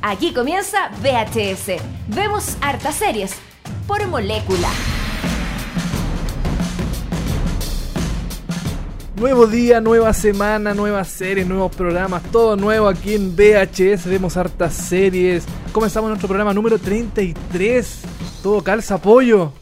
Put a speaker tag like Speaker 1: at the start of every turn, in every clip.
Speaker 1: Aquí comienza VHS. Vemos hartas series por molécula.
Speaker 2: Nuevo día, nueva semana, nuevas series, nuevos programas, todo nuevo aquí en VHS. Vemos hartas series. Comenzamos nuestro programa número 33. Todo calza apoyo.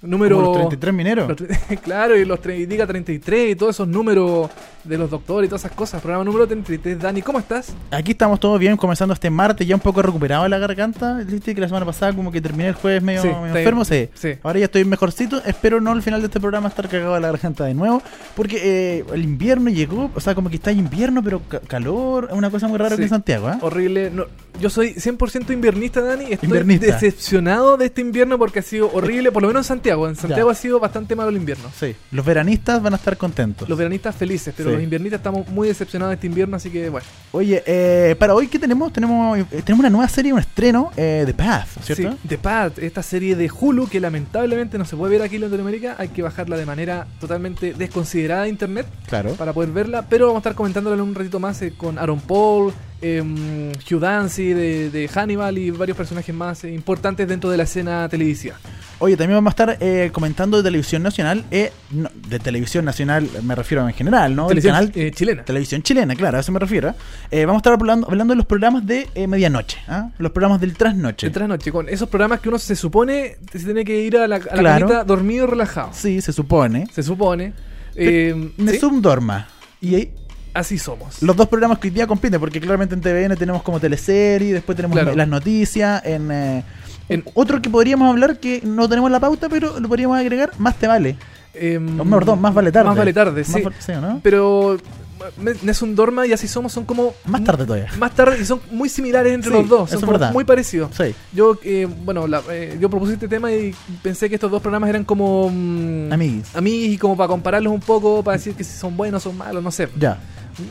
Speaker 2: Número.
Speaker 3: Como los 33 mineros.
Speaker 2: los tre- claro, y los tre- y diga 33 y todos esos números de los doctores y todas esas cosas. Programa número 33. Dani, ¿cómo estás?
Speaker 3: Aquí estamos todos bien, comenzando este martes, ya un poco recuperado de la garganta. Viste que la semana pasada como que terminé el jueves medio,
Speaker 2: Sí,
Speaker 3: medio
Speaker 2: está
Speaker 3: enfermo,
Speaker 2: bien.
Speaker 3: sí.
Speaker 2: Sí.
Speaker 3: Ahora ya estoy mejorcito. Espero no al final de este programa estar cagado de la garganta de nuevo, porque eh, el invierno llegó, o sea, como que está invierno, pero ca- calor, es una cosa muy rara
Speaker 2: Sí.
Speaker 3: que en Santiago, ¿ah?
Speaker 2: Horrible. No, yo soy 100% inviernista, Dani. Estoy
Speaker 3: Inviernista. Eh.
Speaker 2: decepcionado de este invierno porque ha sido horrible, por lo menos en Santiago. En Santiago ha sido bastante malo el invierno.
Speaker 3: Sí. Los veranistas van a estar contentos.
Speaker 2: Los veranistas felices, pero
Speaker 3: Sí.
Speaker 2: los inviernistas estamos muy decepcionados de este invierno, así que bueno.
Speaker 3: Oye, eh, para hoy, ¿qué tenemos? Tenemos eh, tenemos una nueva serie, un estreno eh, de Path, ¿cierto?
Speaker 2: Sí, The Pad, esta serie de Hulu que lamentablemente no se puede ver aquí en Latinoamérica, hay que bajarla de manera totalmente desconsiderada de internet
Speaker 3: Claro.
Speaker 2: para poder verla, pero vamos a estar comentándola en un ratito más eh, con Aaron Paul, em, Hugh Dancy de, de Hannibal y varios personajes más eh, importantes dentro de la escena televisiva.
Speaker 3: Oye, también vamos a estar eh, comentando de televisión nacional, eh, no, de televisión nacional me refiero en general, ¿no?
Speaker 2: Televisión
Speaker 3: el canal
Speaker 2: eh, chilena.
Speaker 3: Televisión chilena, claro, a eso me refiero. Eh, vamos a estar hablando, hablando de los programas de eh, medianoche, ¿ah? los programas del trasnoche.
Speaker 2: De trasnoche, con esos programas que uno se supone se tiene que ir a la, a la
Speaker 3: Claro.
Speaker 2: camita dormido y relajado.
Speaker 3: sí, se supone.
Speaker 2: Se supone. Em,
Speaker 3: Me
Speaker 2: ¿sí?
Speaker 3: subdorma. Y ahí,
Speaker 2: Así somos.
Speaker 3: los dos programas que hoy día compiten, porque claramente en TVN tenemos como teleserie, después tenemos
Speaker 2: Claro.
Speaker 3: las noticias, en, eh,
Speaker 2: En-
Speaker 3: Otro que podríamos hablar que no tenemos la pauta, pero lo podríamos agregar, más te vale.
Speaker 2: Em,
Speaker 3: O, perdón, más vale tarde.
Speaker 2: Más vale tarde, sí.
Speaker 3: Más val- sí, ¿o no?
Speaker 2: Pero me- Nessun Dorma y así somos son como.
Speaker 3: Más tarde todavía.
Speaker 2: Más tarde y son muy similares entre
Speaker 3: Sí,
Speaker 2: los dos.
Speaker 3: eso
Speaker 2: Son
Speaker 3: es
Speaker 2: como
Speaker 3: verdad.
Speaker 2: muy parecidos.
Speaker 3: Sí.
Speaker 2: Yo, eh, bueno, la- eh, yo propuse este tema y pensé que estos dos programas eran como. mm,
Speaker 3: Amiguis.
Speaker 2: amiguis y como para compararlos un poco, para decir que si son buenos, son malos, no sé.
Speaker 3: Ya.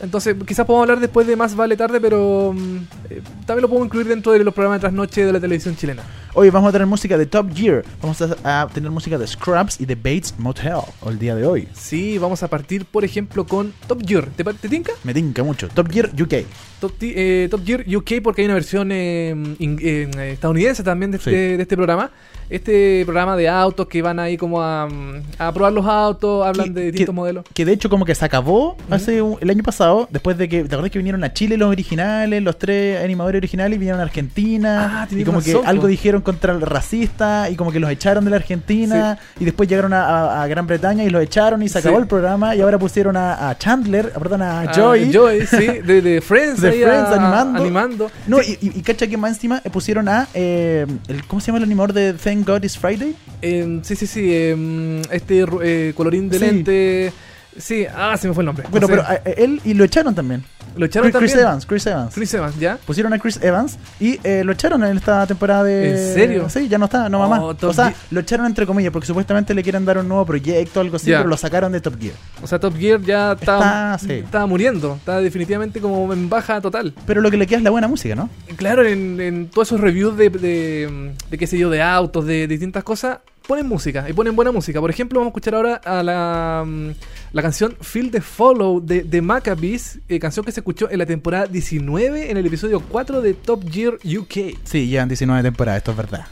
Speaker 2: Entonces, quizás podemos hablar después de Más Vale Tarde, pero mm, eh, también lo podemos incluir dentro de los programas de trasnoche de la televisión chilena.
Speaker 3: Hoy vamos a tener música de Top Gear. Vamos a, a tener música de Scrubs y de Bates Motel el día de hoy.
Speaker 2: Sí, vamos a partir, por ejemplo, con Top Gear. ¿Te, pa- te tinca?
Speaker 3: Me tinca mucho. Top Gear UK.
Speaker 2: Top, Ti- eh, Top Gear UK porque hay una versión eh, in- eh, estadounidense también de este,
Speaker 3: Sí.
Speaker 2: de este programa. Este programa de autos que van ahí como a, mm, a probar los autos, hablan
Speaker 3: Que-
Speaker 2: de distintos
Speaker 3: que-
Speaker 2: modelos.
Speaker 3: Que de hecho como que se acabó hace un- el año pasado, después de que, ¿te acordás que vinieron a Chile los originales, los tres animadores originales, vinieron a Argentina,
Speaker 2: Ah,
Speaker 3: y
Speaker 2: tenés
Speaker 3: como
Speaker 2: razón,
Speaker 3: que algo
Speaker 2: po.
Speaker 3: dijeron contra el racista, y como que los echaron de la Argentina, y después llegaron a, a- a Gran Bretaña y los echaron y se
Speaker 2: Sí.
Speaker 3: acabó el programa, y ahora pusieron a, a Chandler, perdón, a
Speaker 2: Ah,
Speaker 3: Joy.
Speaker 2: Joy, sí, de, de Friends.
Speaker 3: De
Speaker 2: ahí a-
Speaker 3: Friends animando.
Speaker 2: animando.
Speaker 3: No, y, y- y cacha que más encima eh, pusieron a. eh, el, ¿Cómo se llama el animador de Thank God It's Friday?
Speaker 2: Eh, sí, sí, sí. eh, este ru- eh, colorín de
Speaker 3: Sí.
Speaker 2: lente. Sí, ah, se me fue el nombre.
Speaker 3: Bueno,
Speaker 2: No sé.
Speaker 3: pero a- a él y lo echaron también.
Speaker 2: lo echaron
Speaker 3: Chris, Chris
Speaker 2: también.
Speaker 3: Evans, pues. Chris Evans.
Speaker 2: Chris Evans, ¿ya?
Speaker 3: Pusieron a Chris Evans y eh, lo echaron en esta temporada de.
Speaker 2: ¿En serio?
Speaker 3: Sí, ya no está, no
Speaker 2: Oh,
Speaker 3: mamá.
Speaker 2: Top
Speaker 3: o sea,
Speaker 2: Gear.
Speaker 3: lo echaron entre comillas porque supuestamente le quieren dar un nuevo proyecto o algo así,
Speaker 2: Ya.
Speaker 3: pero lo sacaron de Top Gear.
Speaker 2: O sea, Top Gear ya estaba,
Speaker 3: Está, sí.
Speaker 2: estaba muriendo. Estaba definitivamente como en baja total.
Speaker 3: Pero lo que le queda es la buena música, ¿no?
Speaker 2: Claro, en, en todos esos reviews de, de, de qué sé yo, de autos, de, distintas cosas, ponen música y ponen buena música. Por ejemplo, vamos a escuchar ahora a la, mm, la canción Feel the Follow de, de Maccabees, eh, canción que se escuchó en la temporada 19 en el episodio 4 de Top Gear UK.
Speaker 3: Sí, llevan 19 temporadas, esto es verdad.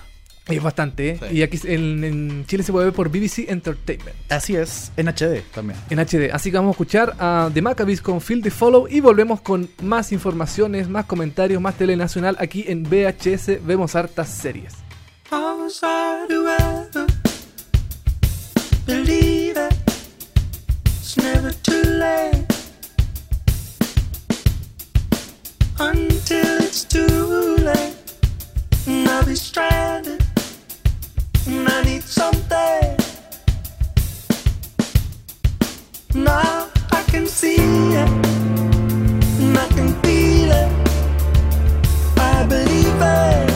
Speaker 2: Es bastante, ¿eh?
Speaker 3: Sí.
Speaker 2: Y aquí en, en Chile se puede ver por BBC Entertainment
Speaker 3: Así es, en HD también.
Speaker 2: en HD. Así que vamos a escuchar a The Maccabees con Feel the Follow y volvemos con más informaciones, más comentarios, más telenacional aquí en VHS. Vemos hartas series.
Speaker 4: How was I to ever believe it? It's never too late until it's too late, and I'll be stranded, and I need something. Now I can see it, and I can feel it. I believe it.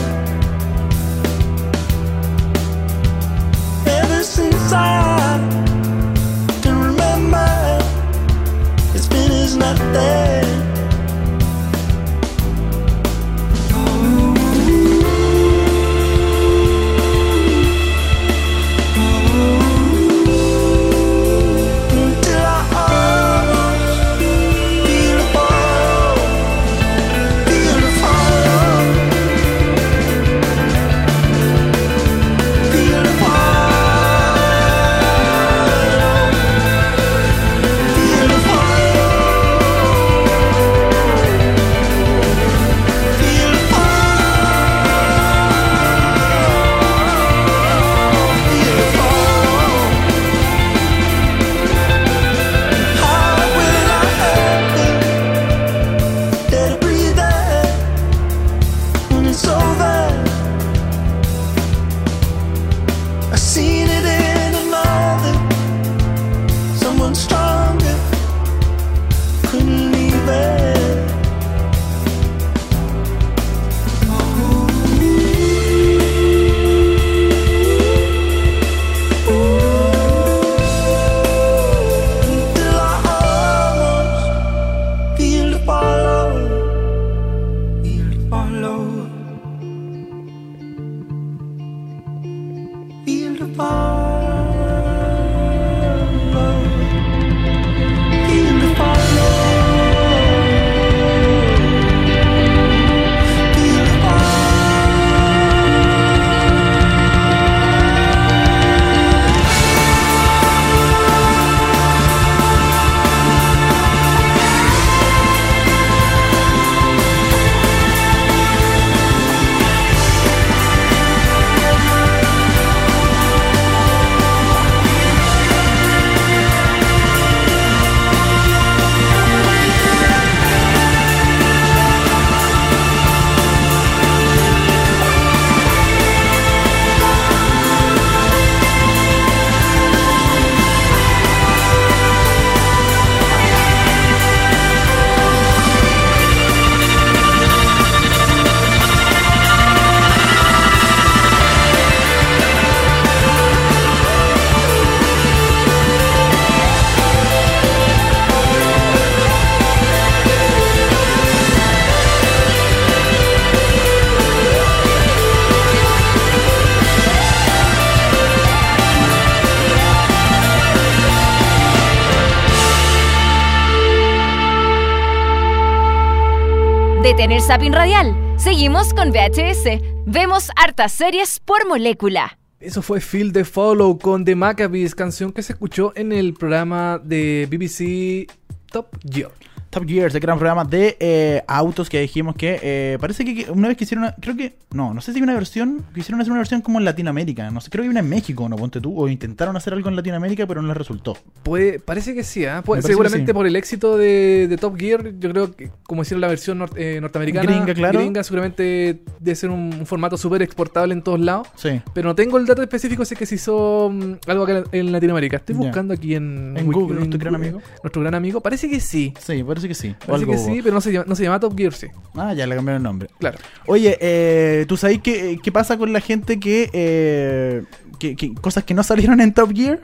Speaker 1: de tener Sapin Radial. Seguimos con VHS. Vemos hartas series por molécula.
Speaker 2: Eso fue Feel the Follow con The Maccabees, canción que se escuchó en el programa de BBC Top Gear.
Speaker 3: Top Gear, ese gran programa de eh, autos que dijimos que eh, parece que que una vez que hicieron una, creo que, no, no sé si hay una versión, quisieron hacer una versión como en Latinoamérica, no sé, creo que hay una en México, no ponte tú, o intentaron hacer algo en Latinoamérica, pero no les resultó.
Speaker 2: Puede, parece que sí, ¿ah? Puede-
Speaker 3: Me parece que
Speaker 2: seguramente
Speaker 3: sí.
Speaker 2: por el éxito de, de Top Gear, yo creo que como hicieron la versión nor- eh, norteamericana,
Speaker 3: Gringa, claro.
Speaker 2: gringa, seguramente debe ser un, un formato súper exportable en todos lados.
Speaker 3: Sí.
Speaker 2: Pero no tengo el dato específico, sé que se hizo mm, algo acá en Latinoamérica. Estoy
Speaker 3: Ya.
Speaker 2: buscando aquí en,
Speaker 3: En
Speaker 2: Wiki-
Speaker 3: Google, nuestro gran amigo.
Speaker 2: Nuestro gran amigo, parece que sí.
Speaker 3: Sí, parece que sí. O
Speaker 2: Parece
Speaker 3: algo.
Speaker 2: que sí, pero no se, llama, no se llama Top Gear, sí.
Speaker 3: Ah, ya le cambiaron el nombre.
Speaker 2: Claro.
Speaker 3: Oye, eh, ¿tú sabes qué, qué pasa con la gente que, eh, que- que- cosas que no salieron en Top Gear?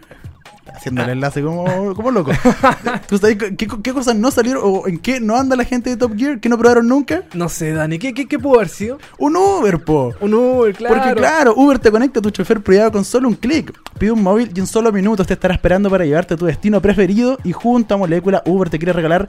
Speaker 3: Haciendo el
Speaker 2: Ah.
Speaker 3: enlace como, como loco. ¿Tú sabes qué, qué- qué cosas no salieron o en qué no anda la gente de Top Gear que no probaron nunca?
Speaker 2: No sé, Dani, ¿qué, qué, qué pudo haber sido?
Speaker 3: Un Uber, po.
Speaker 2: Un Uber, claro.
Speaker 3: Porque claro, Uber te conecta a tu chofer privado con solo un clic. Pide un móvil y en solo minutos te estará esperando para llevarte a tu destino preferido. Y junto a Molécula, Uber te quiere regalar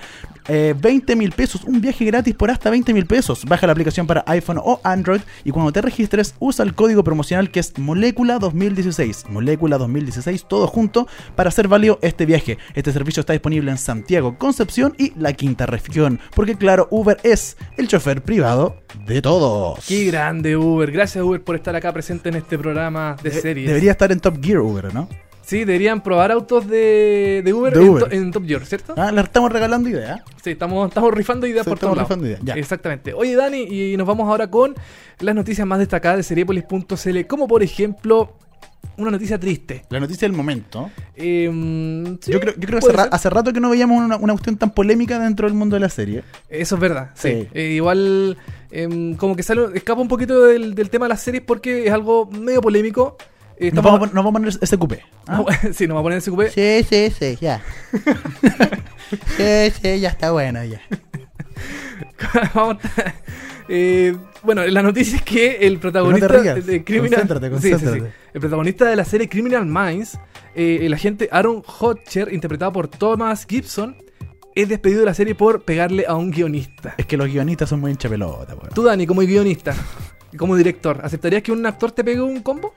Speaker 3: eh, 20 mil pesos, un viaje gratis por hasta 20 mil pesos. Baja la aplicación para iPhone o Android y cuando te registres usa el código promocional que es Molécula 2016. Molécula 2016, todo junto para hacer válido este viaje. Este servicio está disponible en Santiago, Concepción y la Quinta Región. Porque claro, Uber es el chofer privado de todos.
Speaker 2: Qué grande, Uber. Gracias, Uber, por estar acá presente en este programa de
Speaker 3: De-
Speaker 2: series.
Speaker 3: Debería estar en Top Gear Uber, ¿no?
Speaker 2: Sí, deberían probar autos de, de Uber,
Speaker 3: De
Speaker 2: en
Speaker 3: Uber.
Speaker 2: to- En, Top Gear, ¿cierto?
Speaker 3: Ah, le estamos regalando idea.
Speaker 2: Sí, estamos, estamos rifando ideas
Speaker 3: Sí,
Speaker 2: por
Speaker 3: estamos
Speaker 2: todos lados.
Speaker 3: rifando ideas, ya.
Speaker 2: Exactamente. Oye, Dani, y nos vamos ahora con las noticias más destacadas de Seriepolis.cl, como por ejemplo una noticia triste.
Speaker 3: La noticia del momento.
Speaker 2: Em, sí,
Speaker 3: yo creo, yo creo que hace,
Speaker 2: puede
Speaker 3: ra-
Speaker 2: ser.
Speaker 3: hace rato que no veíamos una, una cuestión tan polémica dentro del mundo de la serie.
Speaker 2: Eso es verdad, sí.
Speaker 3: Sí.
Speaker 2: Eh, igual, em, como que sale, escapa un poquito del, del tema de las series porque es algo medio polémico. Eh,
Speaker 3: Nos
Speaker 2: estamos-
Speaker 3: vamos, a pon- nos vamos a poner ese cupé. ¿ah?
Speaker 2: sí, nos va a poner en ese cupé.
Speaker 3: Sí, sí, sí, ya. sí, sí, ya está bueno, ya.
Speaker 2: Vamos. Eh, bueno, la noticia es que el protagonista
Speaker 3: Pero no te rías.
Speaker 2: de Criminal
Speaker 3: Concéntrate, concéntrate.
Speaker 2: El protagonista de la serie Criminal Minds, eh, el agente Aaron Hodger, interpretado por Thomas Gibson, es despedido de la serie por pegarle a un guionista.
Speaker 3: Es que los guionistas son muy hincha pelota, weón.
Speaker 2: Tú, Dani, como guionista, y como director, ¿aceptarías que un actor te pegue un combo?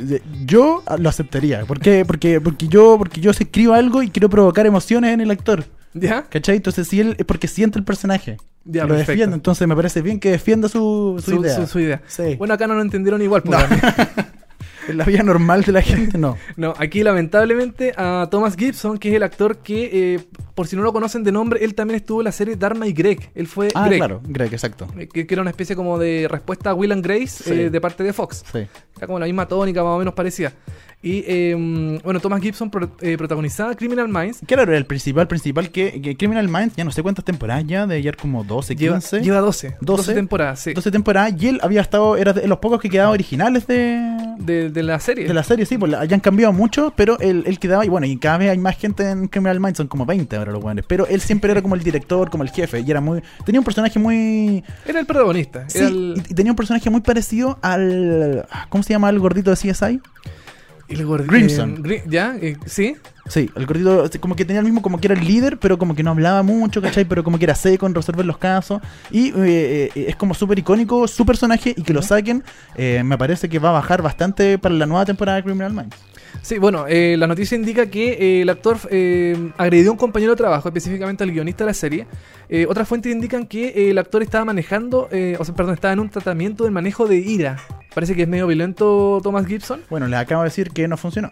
Speaker 3: Yo, yo ah, lo aceptaría. ¿Por qué? Porque, porque yo, porque yo escribo algo y quiero provocar emociones en el actor.
Speaker 2: ¿Ya?
Speaker 3: ¿Cachai? Entonces si él es porque siente el personaje.
Speaker 2: Ya,
Speaker 3: lo
Speaker 2: perfecto.
Speaker 3: defiende, entonces me parece bien que defienda su, su idea.
Speaker 2: su idea.
Speaker 3: Sí.
Speaker 2: Bueno, acá no lo entendieron igual, pues,
Speaker 3: No.
Speaker 2: Dani.
Speaker 3: En la vida normal de la gente, no.
Speaker 2: No, aquí lamentablemente a Thomas Gibson, que es el actor que, eh, por si no lo conocen de nombre, él también estuvo en la serie Dharma y Greg. Él fue
Speaker 3: Ah,
Speaker 2: Greg,
Speaker 3: claro, Greg, exacto.
Speaker 2: eh, que, que era una especie como de respuesta a Will and Grace
Speaker 3: Sí.
Speaker 2: eh, de parte de Fox.
Speaker 3: Sí.
Speaker 2: Era como la misma tónica, más o menos parecida. Y eh, bueno, Thomas Gibson pro- eh, protagonizaba Criminal Minds.
Speaker 3: Claro, era el principal, principal que, que Criminal Minds, ya no sé cuántas temporadas ya, de ayer como 12,
Speaker 2: Lleva,
Speaker 3: 15.
Speaker 2: lleva 12, 12,
Speaker 3: 12
Speaker 2: temporadas, sí.
Speaker 3: 12 temporadas y él había estado, era de los pocos que quedaban originales de,
Speaker 2: de, de la serie.
Speaker 3: de la serie, sí, pues la- ya han cambiado mucho, pero él, él quedaba, y bueno, y cada vez hay más gente en Criminal Minds, son como 20 ahora los buenos, pero él siempre era como el director, como el jefe, y era muy, tenía un personaje muy,
Speaker 2: Era el protagonista.
Speaker 3: sí,
Speaker 2: era el,
Speaker 3: y, y tenía un personaje muy parecido al, ¿cómo se llama el gordito de CSI?
Speaker 2: el gordi-
Speaker 3: Grimson.
Speaker 2: eh, Gri- ¿Ya? eh, ¿Sí?
Speaker 3: Sí, el gordito este, como que tenía el mismo, como que era el líder, pero como que no hablaba mucho, ¿cachai? Pero como que era seco en resolver los casos. Y eh, eh, es como súper icónico su personaje y que lo saquen, eh, me parece que va a bajar bastante para la nueva temporada de Criminal Minds.
Speaker 2: Sí, bueno, eh, la noticia indica que eh, el actor eh, agredió a un compañero de trabajo, específicamente al guionista de la serie. Eh, otras fuentes indican que eh, el actor estaba manejando, eh, o sea, perdón, estaba en un tratamiento del manejo de ira. Parece que es medio violento Thomas Gibson.
Speaker 3: Bueno, les acabo de decir que no funcionó.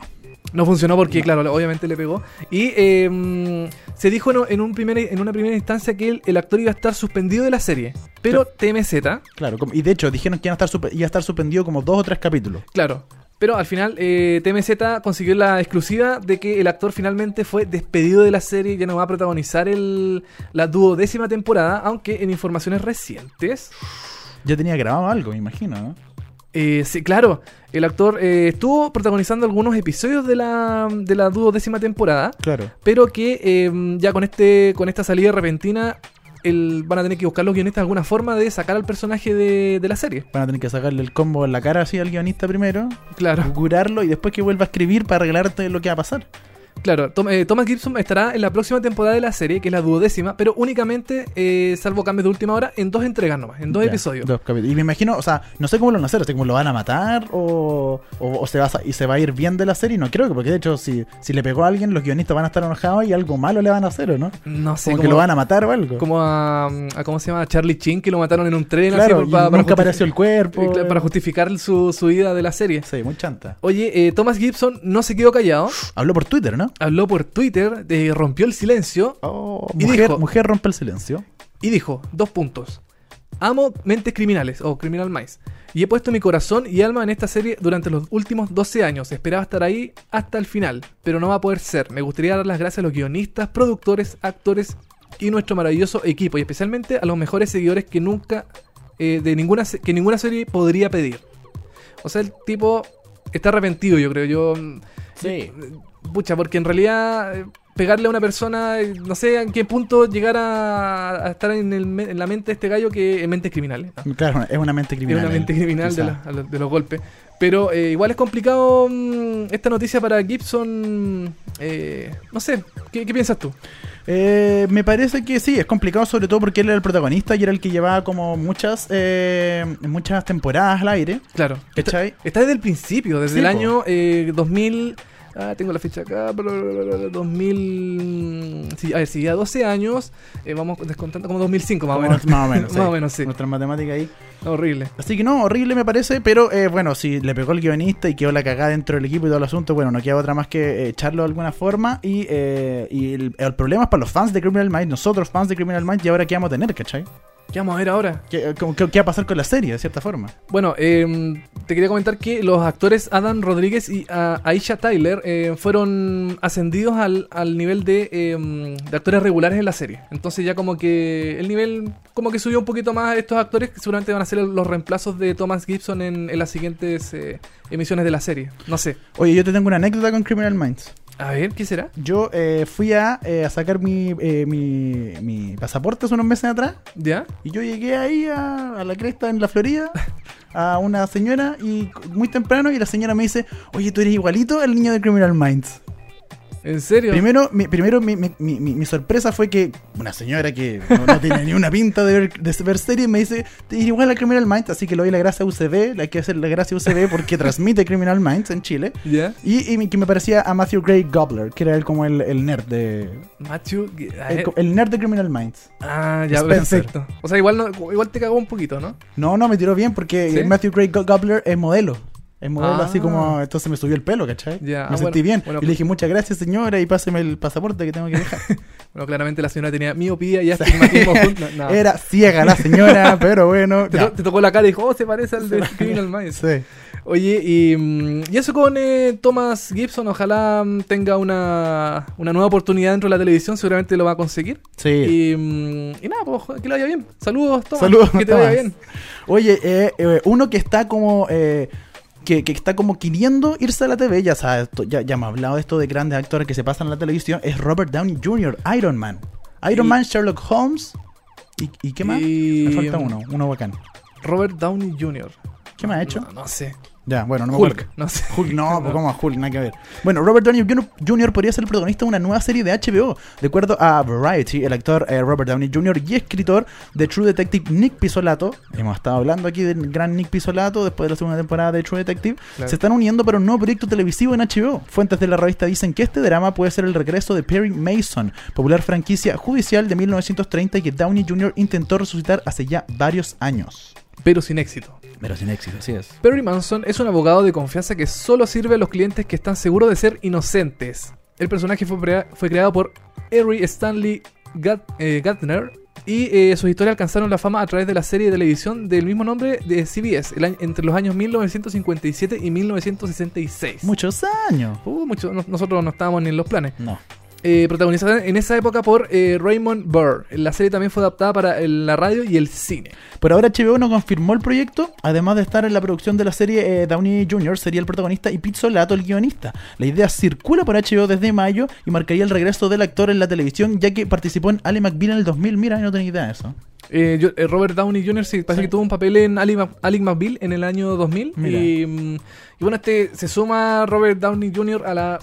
Speaker 2: No funcionó porque, claro, obviamente le pegó. Y eh, mm, se dijo en, en un primer, en una primera instancia que el, el actor iba a estar suspendido de la serie. Pero TMZ,
Speaker 3: Claro, como- y de hecho dijeron que iba a, estar supe- iba a estar suspendido como dos o tres capítulos.
Speaker 2: Claro. Pero al final, eh, TMZ consiguió la exclusiva de que el actor finalmente fue despedido de la serie y ya no va a protagonizar el, la duodécima temporada, aunque en informaciones recientes.
Speaker 3: Ya tenía grabado algo, me imagino, ¿no?
Speaker 2: eh, sí, claro, el actor eh, estuvo protagonizando algunos episodios de la, de la duodécima temporada,
Speaker 3: Claro.
Speaker 2: pero que eh, ya con, este, con esta salida repentina el, van a tener que buscar los guionistas alguna forma de sacar al personaje de, de la serie.
Speaker 3: Van a tener que sacarle el combo en la cara así al guionista primero,
Speaker 2: Claro.
Speaker 3: curarlo y después que vuelva a escribir para arreglarte lo que va a pasar.
Speaker 2: Claro, Tom- eh, Thomas Gibson estará en la próxima temporada de la serie, que es la duodécima, pero únicamente, eh, salvo cambios de última hora, en dos entregas nomás, en dos
Speaker 3: Ya,
Speaker 2: episodios.
Speaker 3: dos capítulos. Y me imagino, o sea, no sé cómo lo van a hacer, o sea, cómo lo van a matar o, o- o se va a, sa- y se va a ir bien de la serie. No creo que, porque de hecho, si, si le pegó a alguien, los guionistas van a estar enojados y algo malo le van a hacer, ¿o no?
Speaker 2: No sé
Speaker 3: como
Speaker 2: cómo
Speaker 3: que lo van a matar o algo.
Speaker 2: como a, a- ¿Cómo se llama? A Charlie Chin, que lo mataron en un tren.
Speaker 3: claro,
Speaker 2: así,
Speaker 3: y
Speaker 2: pa- para
Speaker 3: nunca
Speaker 2: justificar-
Speaker 3: apareció el cuerpo.
Speaker 2: eh, claro, Para justificar su, su ida de la serie.
Speaker 3: Sí, muy chanta.
Speaker 2: Oye, eh, Thomas Gibson no se quedó callado,
Speaker 3: Habló por Twitter, ¿no?
Speaker 2: habló por Twitter, eh, rompió el silencio Y
Speaker 3: mujer,
Speaker 2: dijo-
Speaker 3: mujer rompe el silencio.
Speaker 2: y dijo, dos puntos. Amo mentes criminales o criminal minds. Y he puesto mi corazón y alma en esta serie durante los últimos 12 años. Esperaba estar ahí hasta el final, pero no va a poder ser. Me gustaría dar las gracias a los guionistas, productores, actores y nuestro maravilloso equipo. Y especialmente a los mejores seguidores que nunca, eh, de ninguna, se- que ninguna serie podría pedir. O sea, el tipo está arrepentido, yo creo. Yo mm,
Speaker 3: Sí.
Speaker 2: Pucha, porque en realidad eh, pegarle a una persona, eh, no sé en qué punto llegar a, a estar en, el me- en la mente de este gallo que en mentes criminales. ¿no?
Speaker 3: Claro, es una mente
Speaker 2: Es
Speaker 3: criminal.
Speaker 2: una mente
Speaker 3: él,
Speaker 2: criminal de, la-
Speaker 3: quizá.
Speaker 2: a lo- de los golpes. Pero eh, igual es complicado mm, esta noticia para Gibson. eh, no sé, ¿qué, qué piensas tú?
Speaker 3: Eh, me parece que sí, es complicado sobre todo porque él era el protagonista y era el que llevaba como muchas eh, muchas temporadas al aire.
Speaker 2: Claro. Está,
Speaker 3: ¿Cachai?
Speaker 2: está desde el principio, desde
Speaker 3: Sí,
Speaker 2: el
Speaker 3: po.
Speaker 2: año eh, 2000. Ah, tengo la fecha acá. bla, bla, bla, bla, 2000. Sí, a ver, si ya 12 años, eh, vamos descontando como 2005 más o
Speaker 3: Como-
Speaker 2: menos.
Speaker 3: Más o menos.
Speaker 2: Más o menos, sí.
Speaker 3: Nuestra matemática ahí.
Speaker 2: Horrible.
Speaker 3: Así que no, horrible me parece, pero eh, bueno, si le pegó el guionista y quedó la cagada dentro del equipo y todo el asunto, bueno, no queda otra más que eh, echarlo de alguna forma. Y, eh, y el, el problema es para los fans de Criminal Minds, nosotros fans de Criminal Minds, y ahora qué vamos a tener, ¿cachai?
Speaker 2: ¿Qué vamos a ver ahora?
Speaker 3: ¿Qué, eh, como que- qué va a pasar con la serie, de cierta forma?
Speaker 2: Bueno, eh, te quería comentar que los actores Adam Rodríguez y ah, Aisha Tyler eh, fueron ascendidos al, al nivel de, eh, de actores regulares en la serie. Entonces ya como que el nivel como que subió un poquito más a estos actores que seguramente van a ser los reemplazos de Thomas Gibson en, en las siguientes eh, emisiones de la serie. No sé.
Speaker 3: Oye, yo te tengo una anécdota con Criminal Minds.
Speaker 2: A ver, ¿qué será?
Speaker 3: Yo eh, fui a, eh, a sacar mi, eh, mi, mi pasaporte hace unos meses atrás
Speaker 2: ¿Ya?
Speaker 3: y yo llegué ahí a, a la cresta en la Florida a una señora y c- muy temprano y la señora me dice, oye, tú eres igualito al niño de Criminal Minds.
Speaker 2: ¿En serio?
Speaker 3: Primero, mi, primero mi, mi- mi- mi- mi sorpresa fue que una señora que no, no tiene ni una pinta de ver, de ver series me dice, "Te eres igual al Criminal Minds, así que le doy la gracia a UCB, le hay que hacer la gracia a UCB porque transmite Criminal Minds en Chile.
Speaker 2: ¿Ya?
Speaker 3: Y, y que me parecía a Matthew Gray Gobbler, que era el, como el, el nerd de,
Speaker 2: Matthew... a
Speaker 3: el,
Speaker 2: ver.
Speaker 3: co- el nerd de Criminal Minds.
Speaker 2: Ah, ya,
Speaker 3: Spencer.
Speaker 2: perfecto. O sea, igual, no- igual te cagó un poquito, ¿no?
Speaker 3: No, no, me tiró bien porque
Speaker 2: ¿Sí?
Speaker 3: Matthew Gray Go- Gobbler es modelo. Es modelo
Speaker 2: Ah.
Speaker 3: así como. Entonces me subió el pelo, ¿cachai?
Speaker 2: Ya,
Speaker 3: me
Speaker 2: ah,
Speaker 3: sentí
Speaker 2: bueno,
Speaker 3: bien.
Speaker 2: bueno,
Speaker 3: y le dije, muchas gracias, señora, y páseme el pasaporte que tengo que dejar.
Speaker 2: Bueno, claramente la señora tenía miopía y astigmatismo junto. No, no.
Speaker 3: Era ciega la señora, pero bueno.
Speaker 2: Te,
Speaker 3: ya.
Speaker 2: to- te tocó la cara y dijo, oh, se parece al de Criminal Minds.
Speaker 3: Sí.
Speaker 2: Oye, y, mm, y eso con eh, Thomas Gibson, ojalá mm, tenga una, una nueva oportunidad dentro de la televisión, seguramente lo va a conseguir.
Speaker 3: Sí.
Speaker 2: Y, mm, y nada, pues, ojo, que le vaya bien. Saludos, Thomas.
Speaker 3: Saludos,
Speaker 2: Que te
Speaker 3: Tomás.
Speaker 2: vaya bien.
Speaker 3: Oye, eh, eh, uno que está como. eh, que, que está como queriendo irse a la TV, ya sabes, to- ya, ya me ha hablado de esto de grandes actores que se pasan a la televisión, es Robert Downey Jr., Iron Man. Iron
Speaker 2: Y-
Speaker 3: Man, Sherlock Holmes. ¿Y, y qué más?
Speaker 2: Y-
Speaker 3: Me falta uno, uno bacán.
Speaker 2: Robert Downey Jr.
Speaker 3: ¿Qué más ha hecho?
Speaker 2: No, no sé.
Speaker 3: Ya, bueno, no me acuerdo.
Speaker 2: Hulk, no sé.
Speaker 3: Hulk, no, pues ¿cómo a Hulk? Nada que ver. Bueno, Robert Downey Jr. Jr. podría ser el protagonista de una nueva serie de HBO. De acuerdo a Variety, el actor eh, Robert Downey Jr. y escritor de True Detective Nick Pisolato, hemos estado hablando aquí del gran Nick Pisolato después de la segunda temporada de True Detective,
Speaker 2: Claro.
Speaker 3: se están uniendo para un nuevo proyecto televisivo en HBO. Fuentes de la revista dicen que este drama puede ser el regreso de Perry Mason, popular franquicia judicial de 1930 y que Downey Jr. intentó resucitar hace ya varios años.
Speaker 2: Pero sin éxito.
Speaker 3: Pero sin éxito, así es.
Speaker 2: Perry Manson es un abogado de confianza que solo sirve a los clientes que están seguros de ser inocentes. El personaje fue, prea- fue creado por Harry Stanley Gat- eh, Gatner y eh, sus historias alcanzaron la fama a través de la serie de televisión del mismo nombre de CBS el año- entre los años 1957 y 1966.
Speaker 3: Muchos años.
Speaker 2: Uh, mucho. No- nosotros no estábamos ni en los planes.
Speaker 3: No.
Speaker 2: Eh, protagonizada en esa época por eh, Raymond Burr. La serie también fue adaptada para el- la radio y el cine.
Speaker 3: Por ahora HBO no confirmó el proyecto, además de estar en la producción de la serie eh, Downey Jr. sería el protagonista y Pizzolato el guionista. La idea circula por HBO desde mayo y marcaría el regreso del actor en la televisión ya que participó en Ali McBeal en el 2000. Mira, yo no tenía idea de eso.
Speaker 2: Eh, yo- eh, Robert Downey Jr. sí, parece
Speaker 3: Sí.
Speaker 2: que tuvo un papel en Ali Mac- Alec McBeal en el año 2000.
Speaker 3: Mira.
Speaker 2: Y, mm, y bueno, este se suma Robert Downey Jr. a la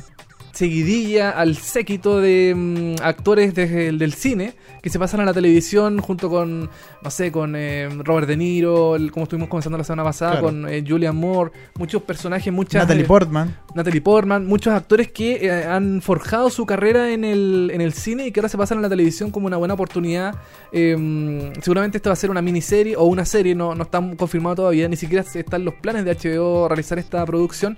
Speaker 2: seguidilla, al séquito de mm, actores desde el- del cine que se pasan a la televisión junto con, no sé, con eh, Robert De Niro, el- como estuvimos comenzando la semana pasada,
Speaker 3: Claro.
Speaker 2: con eh, Julian Moore, muchos personajes, muchas...
Speaker 3: Natalie
Speaker 2: eh,
Speaker 3: Portman.
Speaker 2: Natalie Portman, muchos actores que eh, han forjado su carrera en el, en el cine y que ahora se pasan a la televisión como una buena oportunidad. Eh, seguramente esta va a ser una miniserie o una serie, no, no está confirmado todavía, ni siquiera se- están los planes de HBO realizar esta producción.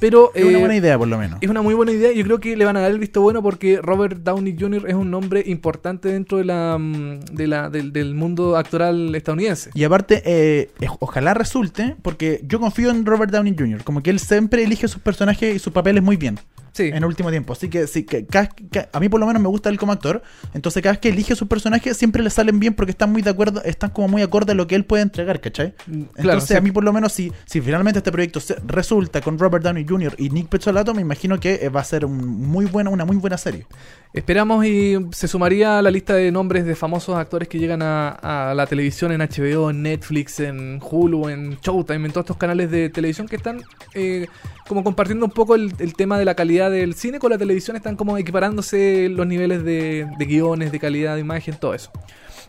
Speaker 2: Pero
Speaker 3: Es una
Speaker 2: eh,
Speaker 3: buena idea, por lo menos.
Speaker 2: es una muy buena idea. Yo creo que le van a dar el visto bueno porque Robert Downey Jr. es un nombre importante dentro de la, mm, de la, del, del mundo actoral estadounidense.
Speaker 3: Y aparte, eh, eh, ojalá resulte, porque yo confío en Robert Downey Jr., como que él siempre elige sus personajes y sus papeles muy bien.
Speaker 2: Sí.
Speaker 3: en el último tiempo. Así que, sí, que, cada- ca- a mí por lo menos me gusta él como actor. Entonces cada vez que elige sus personajes siempre le salen bien porque están muy de acuerdo, están como muy acorde a lo que él puede entregar, ¿cachai?
Speaker 2: Mm,
Speaker 3: Entonces
Speaker 2: claro, sí.
Speaker 3: a mí por lo menos si, si finalmente este proyecto se- resulta con Robert Downey Jr. y Nick Pezzolato, me imagino que eh, va a ser un muy buena, una muy buena serie.
Speaker 2: Esperamos y se sumaría a la lista de nombres de famosos actores que llegan a, a la televisión en HBO, en Netflix, en Hulu, en Showtime, en todos estos canales de televisión que están eh, como compartiendo un poco el, el tema de la calidad del cine con la televisión, están como equiparándose los niveles de, de guiones, de calidad de imagen, todo eso.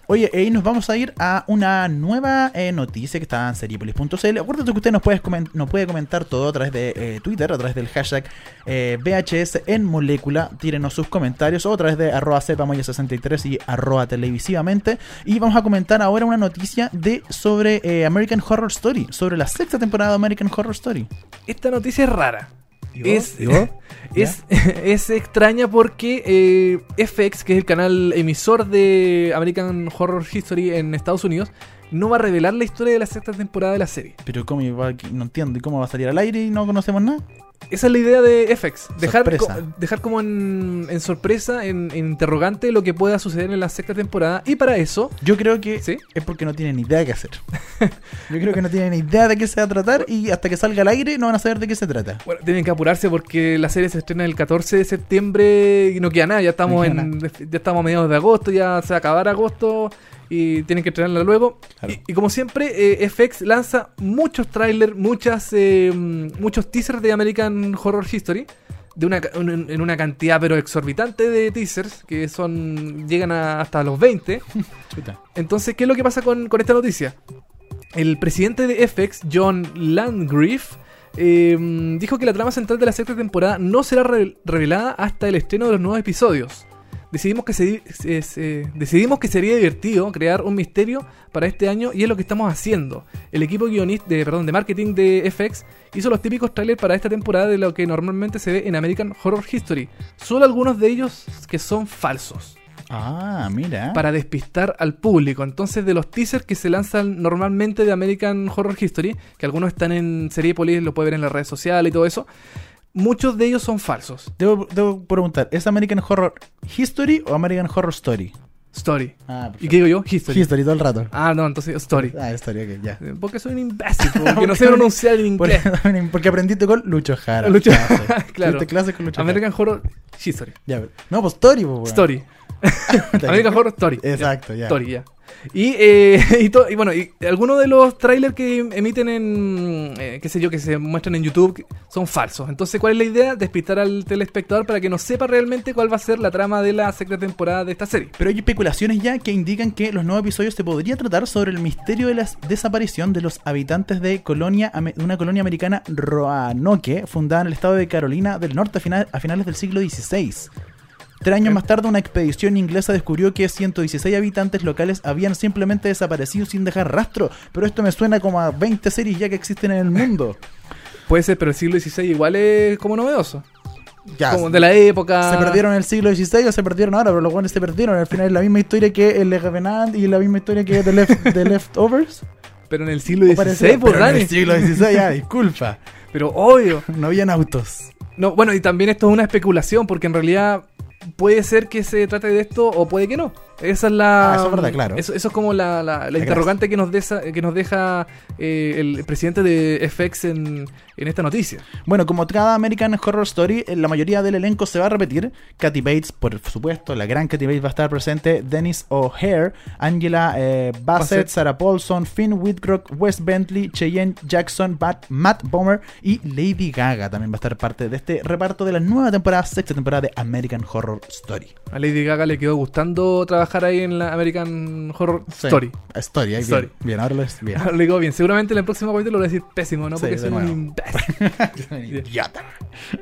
Speaker 3: Oye, eh, y nos vamos a ir a una nueva eh, noticia que está en seriepolis.cl. Acuérdate que usted nos puede, comen- nos puede comentar todo a través de eh, Twitter, a través del hashtag eh, VHS en molécula. Tírenos sus comentarios o a través de arroba sepamoya63 y arroba televisivamente. Y vamos a comentar ahora una noticia de sobre eh, American Horror Story, sobre la sexta temporada de American Horror Story.
Speaker 2: Esta noticia es rara. Es,
Speaker 3: ¿Y vos?
Speaker 2: es, es extraña porque eh, FX, que es el canal emisor de American Horror History en Estados Unidos, no va a revelar la historia de la sexta temporada de la serie.
Speaker 3: Pero cómo va- no entiendo, ¿y cómo va a salir al aire y no conocemos nada?
Speaker 2: Esa es la idea de FX. Dejar,
Speaker 3: Sorpresa.
Speaker 2: co- dejar como en, en sorpresa, en, en interrogante, lo que pueda suceder en la sexta temporada. Y para eso,
Speaker 3: Yo creo que
Speaker 2: ¿Sí?
Speaker 3: es porque no tienen ni idea de qué hacer. Yo creo que no tienen ni idea de qué se va a tratar y hasta que salga al aire no van a saber de qué se trata.
Speaker 2: bueno, tienen que apurarse porque la serie se estrena el 14 de septiembre y no queda nada. Ya estamos,
Speaker 3: No queda
Speaker 2: en, ya estamos a mediados de agosto, ya se va a acabar agosto y tienen que estrenarla luego.
Speaker 3: Claro.
Speaker 2: Y, y como siempre, eh, FX lanza muchos trailers, muchas, eh, muchos teasers de American Horror History. De una, ca- un- en en una cantidad pero exorbitante de teasers que son llegan a- hasta los 20 Entonces, ¿qué es lo que pasa con, con esta noticia? El presidente de FX, John Landgraf, eh, dijo que la trama central de la sexta temporada no será re- revelada hasta el estreno de los nuevos episodios. Decidimos que, se- se- se- decidimos que sería divertido crear un misterio para este año y es lo que estamos haciendo. El equipo guionista de, perdón, de marketing de FX hizo los típicos trailers para esta temporada de lo que normalmente se ve en American Horror History. Solo algunos de ellos que son falsos
Speaker 3: Ah, mira.
Speaker 2: para despistar al público. Entonces, de los teasers que se lanzan normalmente de American Horror History, que algunos están en Seriepolis, lo puede ver en las redes sociales y todo eso, muchos de ellos son falsos.
Speaker 3: Debo, debo preguntar, ¿es American Horror History o American Horror Story?
Speaker 2: Story.
Speaker 3: Ah,
Speaker 2: ¿Y qué digo yo? History.
Speaker 3: History. todo el rato.
Speaker 2: Ah, no, entonces Story.
Speaker 3: Ah, Story, ok, ya.
Speaker 2: Eh, Porque soy un imbécil, porque no sé pronunciar en
Speaker 3: Por-
Speaker 2: inglés.
Speaker 3: porque aprendiste con Lucho Jara.
Speaker 2: Lucho-
Speaker 3: Clase.
Speaker 2: Claro.
Speaker 3: Tuviste clases con Lucho Jara.
Speaker 2: American Horror History.
Speaker 3: Ya, pero- no, pues Story, pues, weón.
Speaker 2: Story.
Speaker 3: Está bien.
Speaker 2: American Horror Story.
Speaker 3: Exacto, ya.
Speaker 2: Story, ya. Y, eh, y, to- y bueno, y algunos de los trailers que emiten en, eh, qué sé yo, que se muestran en YouTube que son falsos. Entonces, ¿cuál es la idea? Despistar al telespectador para que no sepa realmente cuál va a ser la trama de la sexta temporada de esta serie.
Speaker 3: Pero hay especulaciones ya que indican que los nuevos episodios se podría tratar sobre el misterio de la desaparición de los habitantes de colonia ame- de una colonia americana Roanoke, fundada en el estado de Carolina del Norte a, final- a finales del siglo XVI. Tres años más tarde, una expedición inglesa descubrió que 116 habitantes locales habían simplemente desaparecido sin dejar rastro. Pero esto me suena como a 20 series ya que existen en el mundo.
Speaker 2: Puede ser, pero el siglo XVI igual es como novedoso.
Speaker 3: Ya,
Speaker 2: Como de la época.
Speaker 3: Se perdieron en el siglo XVI o se perdieron ahora, pero los guanes se perdieron. Al final es la misma historia que el Revenant y la misma historia que The, Left- The Leftovers.
Speaker 2: Pero en el siglo
Speaker 3: O
Speaker 2: XVI,
Speaker 3: parece-
Speaker 2: por
Speaker 3: pero en
Speaker 2: Dani.
Speaker 3: el siglo XVI, ya, disculpa.
Speaker 2: Pero obvio.
Speaker 3: No habían autos.
Speaker 2: No, bueno, y también esto es una especulación, porque en realidad puede ser que se trate de esto o puede que no. Esa es la. mm,
Speaker 3: Ah, eso es verdad, claro.
Speaker 2: Eso, eso es como la, la- la
Speaker 3: La
Speaker 2: interrogante que nos, desa- que nos deja eh, el presidente de FX en, en esta noticia.
Speaker 3: Bueno, como cada American Horror Story, eh, la mayoría del elenco se va a repetir. Katy Bates, por supuesto, la gran Katy Bates va a estar presente. Dennis O'Hare, Angela eh, Bassett,
Speaker 2: Bassett.
Speaker 3: Sarah Paulson, Finn Whitcock, Wes Bentley, Cheyenne Jackson, Bat- Matt Bomer y Lady Gaga también va a estar parte de este reparto de la nueva temporada, sexta temporada de American Horror Story.
Speaker 2: A Lady Gaga le quedó gustando trabajar ahí en la American Horror
Speaker 3: Sí.
Speaker 2: Story.
Speaker 3: Story, ahí
Speaker 2: Story.
Speaker 3: Bien, bien, ahora lo es bien.
Speaker 2: Le digo bien, seguramente en el próximo capítulo lo voy a decir pésimo, ¿no?
Speaker 3: Sí,
Speaker 2: Porque
Speaker 3: de
Speaker 2: soy un
Speaker 3: nuevo.
Speaker 2: imbécil.
Speaker 3: Idiota.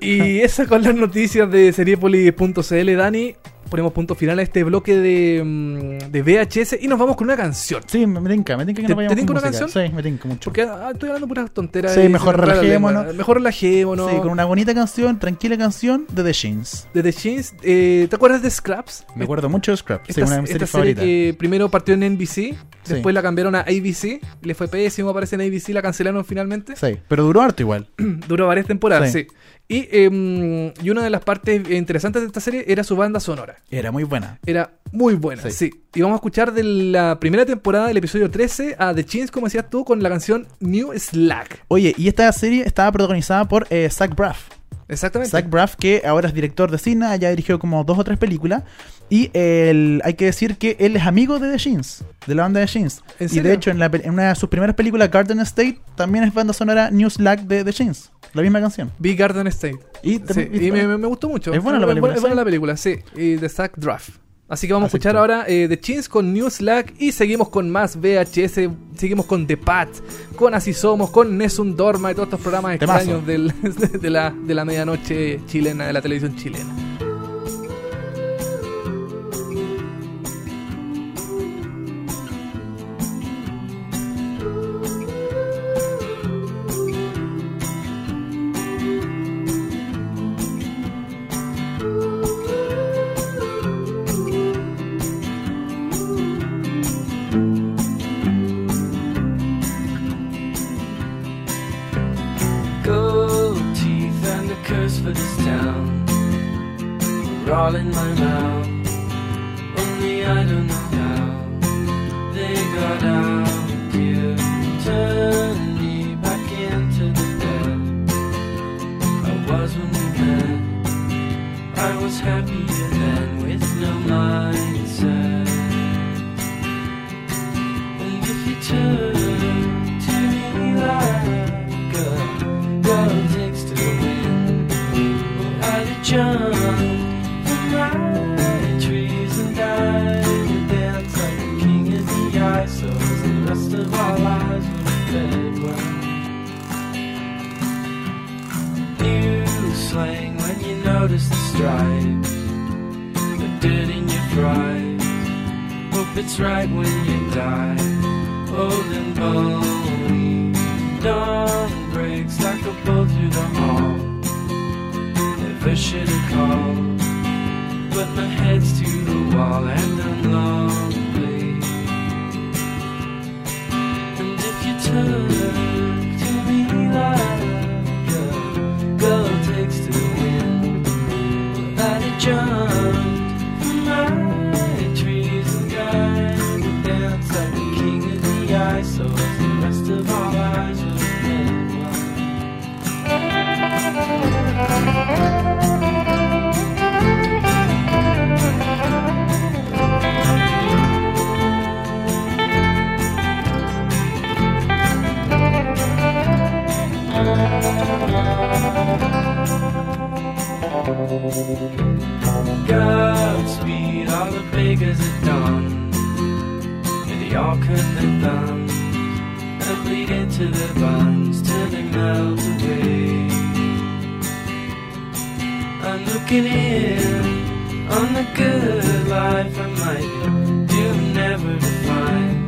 Speaker 2: Y esas con las noticias de seriepolis.cl, Dani. Ponemos punto final a este bloque de, mm, de VHS y nos vamos con una canción.
Speaker 3: Sí, me tinca, me tinca que
Speaker 2: ¿Te-
Speaker 3: no vayamos
Speaker 2: te tinca
Speaker 3: con
Speaker 2: una
Speaker 3: música.
Speaker 2: canción?
Speaker 3: Sí, me tinca mucho.
Speaker 2: Porque ah, estoy hablando puras tonteras.
Speaker 3: Sí,
Speaker 2: y se
Speaker 3: mejor
Speaker 2: me traba la
Speaker 3: relajémonos.
Speaker 2: lengua. Mejor relajémonos.
Speaker 3: Sí, con una bonita canción, tranquila canción de The Shins.
Speaker 2: De The Shins, eh, ¿te acuerdas de Scraps?
Speaker 3: Me acuerdo mucho de Scrap, sí,
Speaker 2: Esta,
Speaker 3: una de mis
Speaker 2: esta
Speaker 3: series
Speaker 2: serie
Speaker 3: favoritas.
Speaker 2: que primero partió en NBC,
Speaker 3: Sí.
Speaker 2: después la cambiaron a ABC, le fue pésimo, aparece en ABC, la cancelaron finalmente. Mm,
Speaker 3: Sí, pero duró harto igual.
Speaker 2: Duró varias temporadas, sí.
Speaker 3: Sí.
Speaker 2: Y, eh, y una de las partes interesantes de esta serie era su banda sonora.
Speaker 3: Era muy buena.
Speaker 2: Era muy buena, sí.
Speaker 3: Sí.
Speaker 2: Y vamos a escuchar de la primera temporada del episodio 13 a The Chins, como decías tú, con la canción New Slack.
Speaker 3: Oye, y esta serie estaba protagonizada por eh, Zach Braff.
Speaker 2: Exactamente.
Speaker 3: Zach Braff, que ahora es director de cine, ya dirigió como dos o tres películas. Y él- hay que decir que él es amigo de The Shins, de la banda de The Shins.
Speaker 2: ¿En
Speaker 3: y
Speaker 2: serio?
Speaker 3: de hecho, en, la pel- en una de sus primeras películas, Garden State, también es banda sonora New Slack de The Shins. La misma canción.
Speaker 2: Big Garden State.
Speaker 3: Y,
Speaker 2: Sí,
Speaker 3: también-
Speaker 2: y me, me- me gustó mucho.
Speaker 3: Es buena la película,
Speaker 2: Es buena
Speaker 3: ¿sí? Ah,
Speaker 2: la película, sí. Y de Zack Draft. Así que vamos a
Speaker 3: Así
Speaker 2: escuchar
Speaker 3: está.
Speaker 2: ahora eh, The Chins con New Slack y seguimos con más VHS, seguimos con The Pat, con Así Somos, con Nessun Dorma y todos estos programas
Speaker 3: Temazo.
Speaker 2: extraños del- de, la, de la medianoche chilena, de la televisión chilena.
Speaker 5: Gold teeth and a curse for this town. We're all in my mouth. Only I don't know how they got out. You turn me back into the dead. I was when we met. I was happier then with no mindset. And if you turn to me like a Girl takes to the wind. Well, I'd have jumped from my trees and died and danced like a king in the ice. So as the rest of our lives were fed New slang when you notice the stripes, the dirt in your fries. Hope it's right when you die, old and bony. Dawn breaks like a bolt through the hall. Never should have called, but my head's to the wall and I'm lonely. And if you turn to me like a girl takes to the wind, well, I'd have jumped from my trees and guys and danced like the king of the ice. So as the rest of our lives were fed wine. Godspeed, all the beggars are done. May they all cut their thumbs and bleed into their buns till they melt away. I'm looking in on the good life I might be doomed never to find.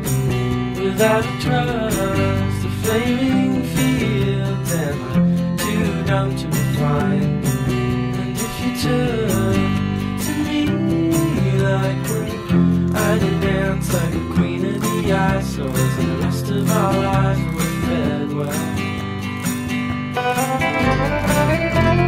Speaker 5: Without a trust, a flaming field, am I too dumb to refine? And if you turn to me like one, I'd dance like a queen of the ice. So as the rest of our lives were fed well.
Speaker 6: Thank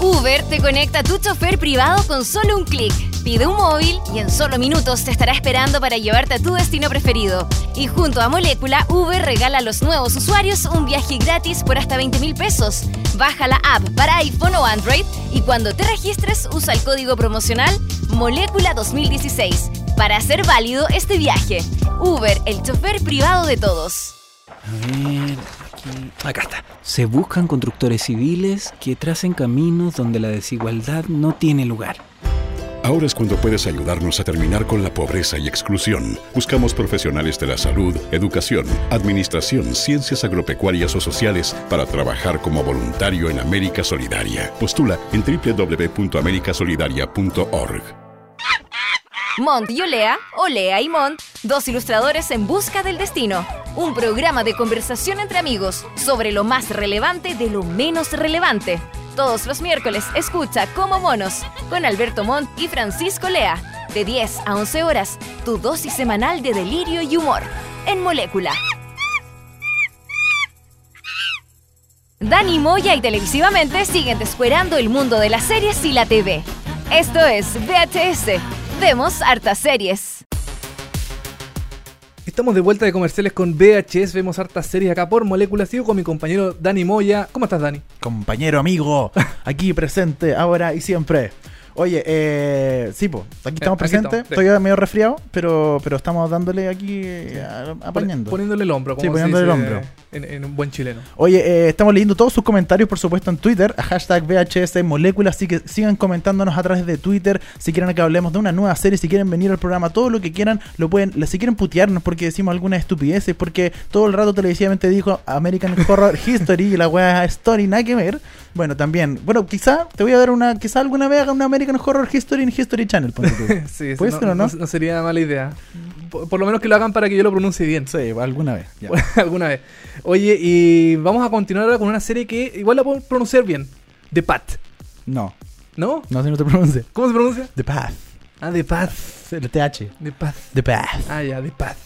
Speaker 1: Uber te conecta a tu chofer privado con solo un clic. Pide un móvil y en solo minutos te estará esperando para llevarte a tu destino preferido. Y junto a Molécula, Uber regala a los nuevos usuarios un viaje gratis por hasta 20 mil pesos. Baja la app para iPhone o Android y cuando te registres usa el código promocional Molécula 2016 para hacer válido este viaje. Uber, el chofer privado de todos.
Speaker 6: A ver, aquí.
Speaker 2: Acá está.
Speaker 6: Se buscan constructores civiles que tracen caminos donde la desigualdad no tiene lugar.
Speaker 7: Ahora es cuando puedes ayudarnos a terminar con la pobreza y exclusión. Buscamos profesionales de la salud, educación, administración, ciencias agropecuarias o sociales para trabajar como voluntario en América Solidaria. Postula en www.americasolidaria.org.
Speaker 1: Mont y Olea, Olea y Mont, dos ilustradores en busca del destino. Un programa de conversación entre amigos sobre lo más relevante de lo menos relevante. Todos los miércoles escucha Como Monos con Alberto Mont y Francisco Lea. De 10 a 11 horas, tu dosis semanal de delirio y humor. En Molécula. Dani Moya y televisivamente siguen descuerando el mundo de las series y la TV. Esto es VHS. Vemos hartas series.
Speaker 2: Estamos de vuelta de comerciales con VHS. Vemos hartas series acá por moléculas. Sigo con mi compañero Dani Moya. ¿Cómo estás, Dani?
Speaker 3: compañero, amigo, aquí presente, ahora y siempre. Oye, eh, sí, po, aquí estamos
Speaker 2: aquí
Speaker 3: presentes.
Speaker 2: estamos, sí.
Speaker 3: Estoy medio resfriado, pero, pero estamos dándole aquí, eh, a- apañando.
Speaker 2: Poniéndole el hombro. Como
Speaker 3: Sí,
Speaker 2: se
Speaker 3: poniéndole el
Speaker 2: dice
Speaker 3: hombro.
Speaker 2: En, en un buen chileno.
Speaker 3: Oye, eh, estamos leyendo todos sus comentarios, por supuesto, en Twitter, a hashtag VHS Molécula, así que sigan comentándonos a través de Twitter, si quieren que hablemos de una nueva serie, si quieren venir al programa, todo lo que quieran, lo pueden, si quieren putearnos porque decimos algunas estupideces, porque todo el rato televisivamente dijo American Horror History y la weá Story, nada que ver. Bueno, también, bueno, quizá te voy a dar una, quizá alguna vez haga una American Horror History en History Channel, ponte tú.
Speaker 2: Sí, sí,
Speaker 3: ¿Puede
Speaker 2: no,
Speaker 3: ser o no?
Speaker 2: no- no sería mala idea. Por, por lo menos que lo hagan para que yo lo pronuncie bien.
Speaker 3: Sí, alguna vez. ya.
Speaker 2: Alguna vez. Oye, y vamos a continuar ahora con una serie que igual la puedo pronunciar bien. The Pat.
Speaker 3: No,
Speaker 2: ¿No?
Speaker 3: no sé no te pronuncia.
Speaker 2: ¿Cómo se pronuncia?
Speaker 3: The Path,
Speaker 2: Ah, The Path.
Speaker 3: el TH,
Speaker 2: The Path.
Speaker 3: The Path.
Speaker 2: Ah, ya, The Path.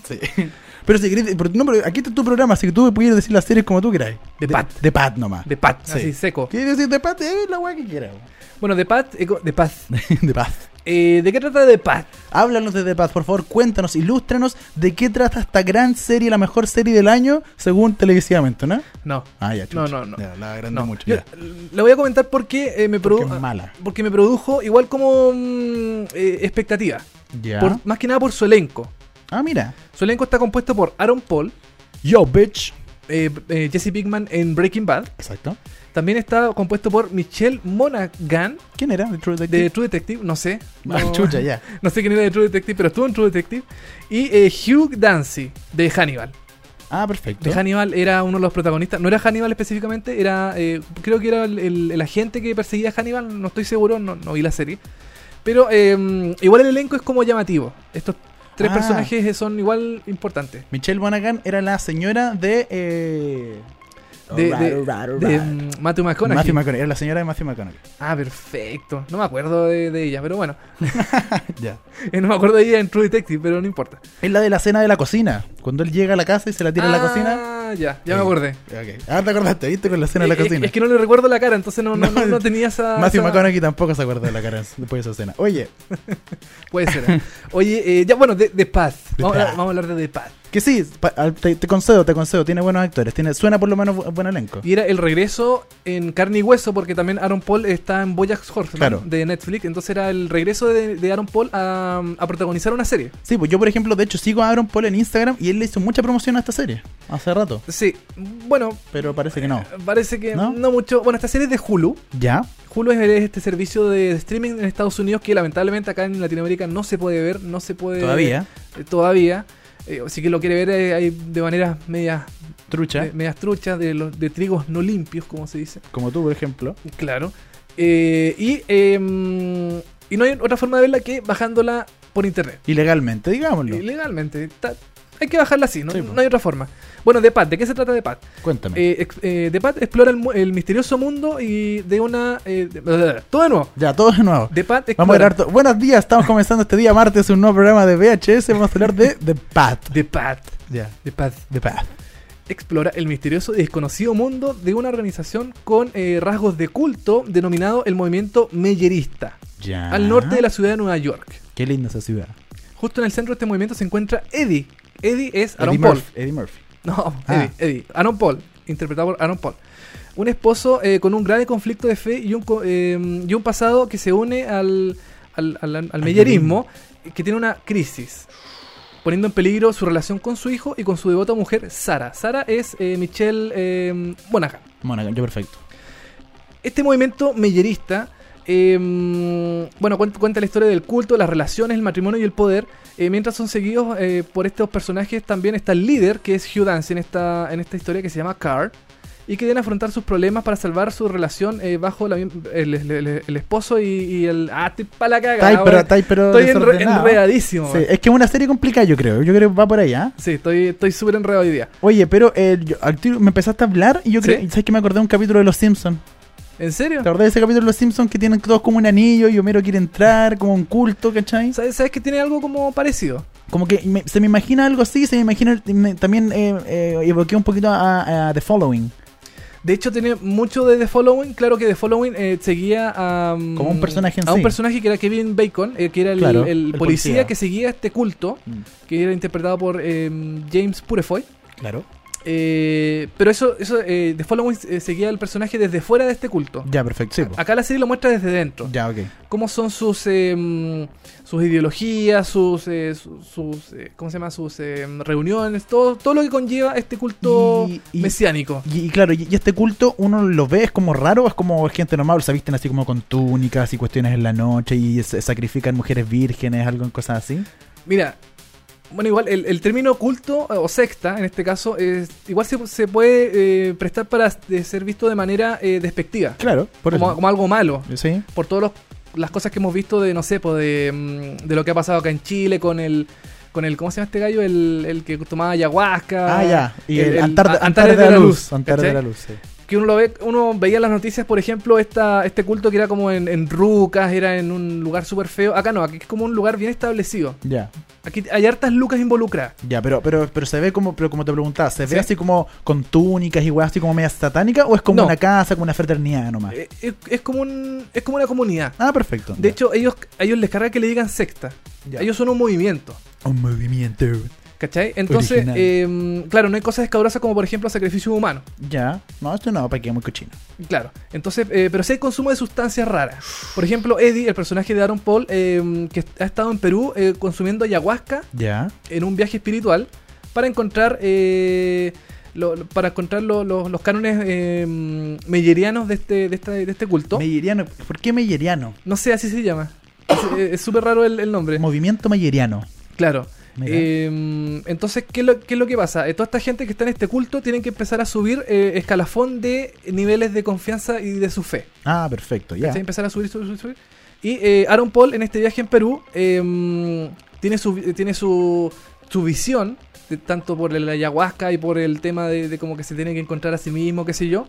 Speaker 3: Pero si querés, pero- no, pero aquí está tu programa, así que tú puedes decir las series como tú queráis.
Speaker 2: De Pat.
Speaker 3: De Pat nomás.
Speaker 2: The Path,
Speaker 3: Sí.
Speaker 2: así seco.
Speaker 3: ¿Quieres decir de Pat? Eh, la weá que quieras.
Speaker 2: Bueno, The Path. eh, co- The Path.
Speaker 3: de Pat.
Speaker 2: Eh, ¿De qué trata The Path?
Speaker 3: Háblanos de The Path, por favor, cuéntanos, ilústranos de qué trata esta gran serie, la mejor serie del año, según televisivamente, ¿no?
Speaker 2: No.
Speaker 3: Ah, ya, chucha.
Speaker 2: No, no, no.
Speaker 3: Ya, la agrandé
Speaker 2: No,
Speaker 3: mucho.
Speaker 2: yo
Speaker 3: ya.
Speaker 2: la voy a comentar porque eh, me
Speaker 3: Porque es
Speaker 2: produ-
Speaker 3: mala.
Speaker 2: porque me produjo igual como mm, eh, expectativa.
Speaker 3: Ya.
Speaker 2: Por- más que nada por su elenco.
Speaker 3: Ah, mira.
Speaker 2: Su elenco está compuesto por Aaron Paul,
Speaker 3: Yo, bitch.
Speaker 2: eh, eh, Jesse Pinkman en Breaking Bad.
Speaker 3: Exacto.
Speaker 2: También está compuesto por Michelle Monaghan
Speaker 3: ¿Quién era? The True
Speaker 2: de
Speaker 3: Detective.
Speaker 2: True Detective, no sé.
Speaker 3: Ah,
Speaker 2: no-
Speaker 3: chucha, ya.
Speaker 2: No sé quién era de True Detective, pero estuvo en True Detective. Y eh, Hugh Dancy de Hannibal.
Speaker 3: Ah, perfecto.
Speaker 2: De Hannibal era uno de los protagonistas. No era Hannibal específicamente, era eh, creo que era el, el- el agente que perseguía a Hannibal. No estoy seguro, no, no vi la serie. Pero eh, igual el elenco es como llamativo. Estos tres
Speaker 3: Ah.
Speaker 2: personajes son igual importantes.
Speaker 3: Michelle Monaghan era la señora de... Eh...
Speaker 2: De,
Speaker 3: Alright,
Speaker 2: de-
Speaker 3: alright,
Speaker 2: de,
Speaker 3: alright.
Speaker 2: mm, Matthew McConaughey.
Speaker 3: Matthew McConaughey. Era la señora de Matthew McConaughey.
Speaker 2: ah, perfecto. No me acuerdo de, de ella, pero bueno.
Speaker 3: ya.
Speaker 2: Eh, no me acuerdo de ella en True Detective, pero no importa.
Speaker 3: Es la de la cena de la cocina. Cuando él llega a la casa y se la tira a la cocina.
Speaker 2: Ah, ya, ya me acordé.
Speaker 3: Ok. Ah, te acordaste, ¿viste? Con la cena de la
Speaker 2: Eh, eh,
Speaker 3: cocina.
Speaker 2: Es que no le recuerdo la cara, entonces no, no, no- no tenía esa.
Speaker 3: Matthew
Speaker 2: esa-
Speaker 3: McConaughey tampoco se acuerda de la cara después de esa cena. Oye,
Speaker 2: Puede ser. ¿eh? Oye, eh, ya bueno, de, de Paz.
Speaker 3: The
Speaker 2: Vamos, a-
Speaker 3: Path.
Speaker 2: vamos a hablar de The Paz.
Speaker 3: que sí, pa- al- te, te concedo, te concedo. Tiene buenos actores. Tiene, suena por lo menos bu- buen elenco.
Speaker 2: Y era el regreso en carne y hueso, porque también Aaron Paul está en Boyack Horseman
Speaker 3: Claro.
Speaker 2: de Netflix. Entonces era el regreso de, de Aaron Paul a, a protagonizar una serie.
Speaker 3: Sí, pues yo, por ejemplo, de hecho, sigo a Aaron Paul en Instagram y él le hizo mucha promoción a esta serie hace rato.
Speaker 2: Sí, bueno,
Speaker 3: Pero parece que no.
Speaker 2: parece que
Speaker 3: ¿No?
Speaker 2: no, mucho. Bueno, esta serie es de Hulu.
Speaker 3: ¿Ya?
Speaker 2: Hulu es es este servicio de streaming en Estados Unidos que lamentablemente acá en Latinoamérica no se puede ver, no se puede.
Speaker 3: Todavía.
Speaker 2: eh, todavía. Eh, si que lo quiere ver eh, ahí de maneras medias,
Speaker 3: Trucha.
Speaker 2: eh, medias truchas, de, los- de trigos no limpios, como se dice.
Speaker 3: Como tú, por ejemplo.
Speaker 2: Claro. Eh, y, eh, y no hay otra forma de verla que bajándola por internet.
Speaker 3: Ilegalmente, digámoslo.
Speaker 2: Ilegalmente. ta- hay que bajarla así, ¿no?
Speaker 3: Sí, po.
Speaker 2: no hay otra forma. Bueno, The Pat, ¿de qué se trata The Pat?
Speaker 3: Cuéntame.
Speaker 2: Eh, ex- eh, The Pat explora el, mu- el misterioso mundo y de una... eh, de- todo de nuevo.
Speaker 3: ya, todo de nuevo.
Speaker 2: The Pat explora...
Speaker 3: Vamos a hablar. to- Buenos días, estamos comenzando este día martes un nuevo programa de VHS. Vamos a hablar de The Path.
Speaker 2: The Pat.
Speaker 3: Ya.
Speaker 2: The Pat.
Speaker 3: The Path.
Speaker 2: explora el misterioso y desconocido mundo de una organización con eh, rasgos de culto denominado el movimiento Meyerista,
Speaker 3: Ya.
Speaker 2: al norte de la ciudad de Nueva York.
Speaker 3: Qué linda esa ciudad.
Speaker 2: Justo en el centro de este movimiento se encuentra Eddie. Eddie es Aaron
Speaker 3: Eddie
Speaker 2: Paul.
Speaker 3: Murphy. Eddie Murphy.
Speaker 2: No,
Speaker 3: Ah.
Speaker 2: Eddie, Eddie. Aaron Paul, interpretado por Aaron Paul. Un esposo eh, con un grave conflicto de fe y un, co- eh, y un pasado que se une al, al, al, al meyerismo, eh, que tiene una crisis, poniendo en peligro su relación con su hijo y con su devota mujer, Sara. Sara es eh, Michelle eh, Monaghan.
Speaker 3: Monaghan, ya perfecto.
Speaker 2: Este movimiento mellerista, eh, bueno, cuent- cuenta la historia del culto, las relaciones, el matrimonio y el poder. eh, mientras son seguidos eh, por estos personajes, también está el líder, que es Hugh Dancy en esta, en esta historia que se llama Carr. Y que deben afrontar sus problemas para salvar su relación eh, bajo la mim- el, el- el- el esposo y, y el... ¡Ah, estoy pa' la caga!
Speaker 3: Está ahí, pero,
Speaker 2: weón.
Speaker 3: está ahí, pero
Speaker 2: estoy enre-
Speaker 3: desordenado.
Speaker 2: enredadísimo.
Speaker 3: Sí,
Speaker 2: weón.
Speaker 3: es que es una serie complicada, yo creo. Yo creo que va por ahí, ¿ah?
Speaker 2: Sí, estoy estoy súper enredado hoy día.
Speaker 3: Oye, pero eh, yo- al tiro me empezaste a hablar y yo creo.
Speaker 2: Sí.
Speaker 3: ¿Sabes que me acordé de un capítulo de Los Simpsons?
Speaker 2: ¿En serio?
Speaker 3: ¿Te acordás de ese capítulo de Los Simpsons que tienen todos como un anillo y Homero quiere entrar, como un culto, ¿cachai?
Speaker 2: ¿Sabes, ¿Sabes que tiene algo como parecido?
Speaker 3: Como que me- se me imagina algo así, se me imagina. me- también eh, eh, evoqué un poquito a, a The Following.
Speaker 2: De hecho, tiene mucho de The Following. Claro que The Following eh, seguía a. mm,
Speaker 3: Como un personaje en
Speaker 2: A
Speaker 3: sí.
Speaker 2: un personaje que era Kevin Bacon, eh, que era el,
Speaker 3: Claro,
Speaker 2: el
Speaker 3: el
Speaker 2: policía,
Speaker 3: policía.
Speaker 2: que seguía este culto, que era interpretado por eh, James Purefoy.
Speaker 3: Claro.
Speaker 2: Eh, pero eso, eso eh, The Following eh, seguía el personaje desde fuera de este culto.
Speaker 3: Ya, perfecto. Ah, Sí, po.
Speaker 2: Acá la serie lo muestra desde dentro.
Speaker 3: Ya, ok.
Speaker 2: Cómo son sus eh, mm, sus ideologías, sus, eh, su- sus eh, ¿cómo se llama? Sus eh, reuniones, todo todo lo que conlleva este culto
Speaker 3: Y- y-
Speaker 2: mesiánico.
Speaker 3: Y, y claro, y, y este culto uno lo ve, es como raro, es como gente normal, se visten así como con túnicas y cuestiones en la noche y se sacrifican mujeres vírgenes, algo cosas así.
Speaker 2: Mira, bueno, igual el, el término culto eh, o secta, en este caso, es, igual se, se puede eh, prestar para s- de ser visto de manera eh, despectiva,
Speaker 3: Claro, por
Speaker 2: como, como algo malo,
Speaker 3: eso. Sí.
Speaker 2: por todas las cosas que hemos visto de, no sé, po, de, mm, de lo que ha pasado acá en Chile con el... Con el, ¿cómo se llama este gallo? El, el que tomaba ayahuasca.
Speaker 3: Ah, ya. Y el,
Speaker 2: a-
Speaker 3: Antar, Antar de, la Luz. Antar de
Speaker 2: ¿cachai?
Speaker 3: la Luz, sí.
Speaker 2: que uno lo ve, uno veía en las noticias, por ejemplo, esta, este culto que era como en, en rucas, era en un lugar súper feo. Acá no, aquí es como un lugar bien establecido.
Speaker 3: Ya,
Speaker 2: Aquí hay hartas lucas involucradas.
Speaker 3: ya, pero, pero, pero se ve como, pero como te preguntaba, ¿se ve
Speaker 2: Sí.
Speaker 3: así como con túnicas y weas así como media satánica o es como
Speaker 2: No.
Speaker 3: una casa, como una fraternidad nomás?
Speaker 2: Eh, Es, es como un, es como una comunidad.
Speaker 3: Ah, perfecto.
Speaker 2: De
Speaker 3: Ya.
Speaker 2: hecho, ellos, a ellos les carga que le digan secta.
Speaker 3: Ya.
Speaker 2: Ellos son un movimiento.
Speaker 3: un movimiento.
Speaker 2: ¿Cachai? Entonces,
Speaker 3: Original.
Speaker 2: eh, claro, no hay cosas escabrosas como por ejemplo sacrificio humano.
Speaker 3: Ya, no, esto no, para que es muy cochino.
Speaker 2: Claro. Entonces, eh, pero sí hay consumo de sustancias raras. Por ejemplo, Eddie, el personaje de Aaron Paul, eh, que ha estado en Perú eh, consumiendo ayahuasca
Speaker 3: Ya,
Speaker 2: en un viaje espiritual para encontrar eh, lo- lo- para encontrar lo- lo- los cánones eh, meyerianos de este, de, esta- de este culto.
Speaker 3: Meyeriano, ¿por qué Meyeriano?
Speaker 2: No sé, así se llama. Es- eh, Es es súper raro el, el nombre.
Speaker 3: Movimiento Meyeriano.
Speaker 2: Claro.
Speaker 3: Mira.
Speaker 2: Eh, entonces, ¿qué es, lo, qué es lo que pasa? Eh, toda esta gente que está en este culto tienen que empezar a subir eh, escalafón de niveles de confianza y de su fe.
Speaker 3: Ah, perfecto, ya.
Speaker 2: ¿Cachai? Empezar a subir, subir, subir, subir. Y eh, Aaron Paul en este viaje en Perú eh, tiene, su, tiene su, su visión, de- tanto por la ayahuasca y por el tema de, de como que se tiene que encontrar a sí mismo, qué sé yo,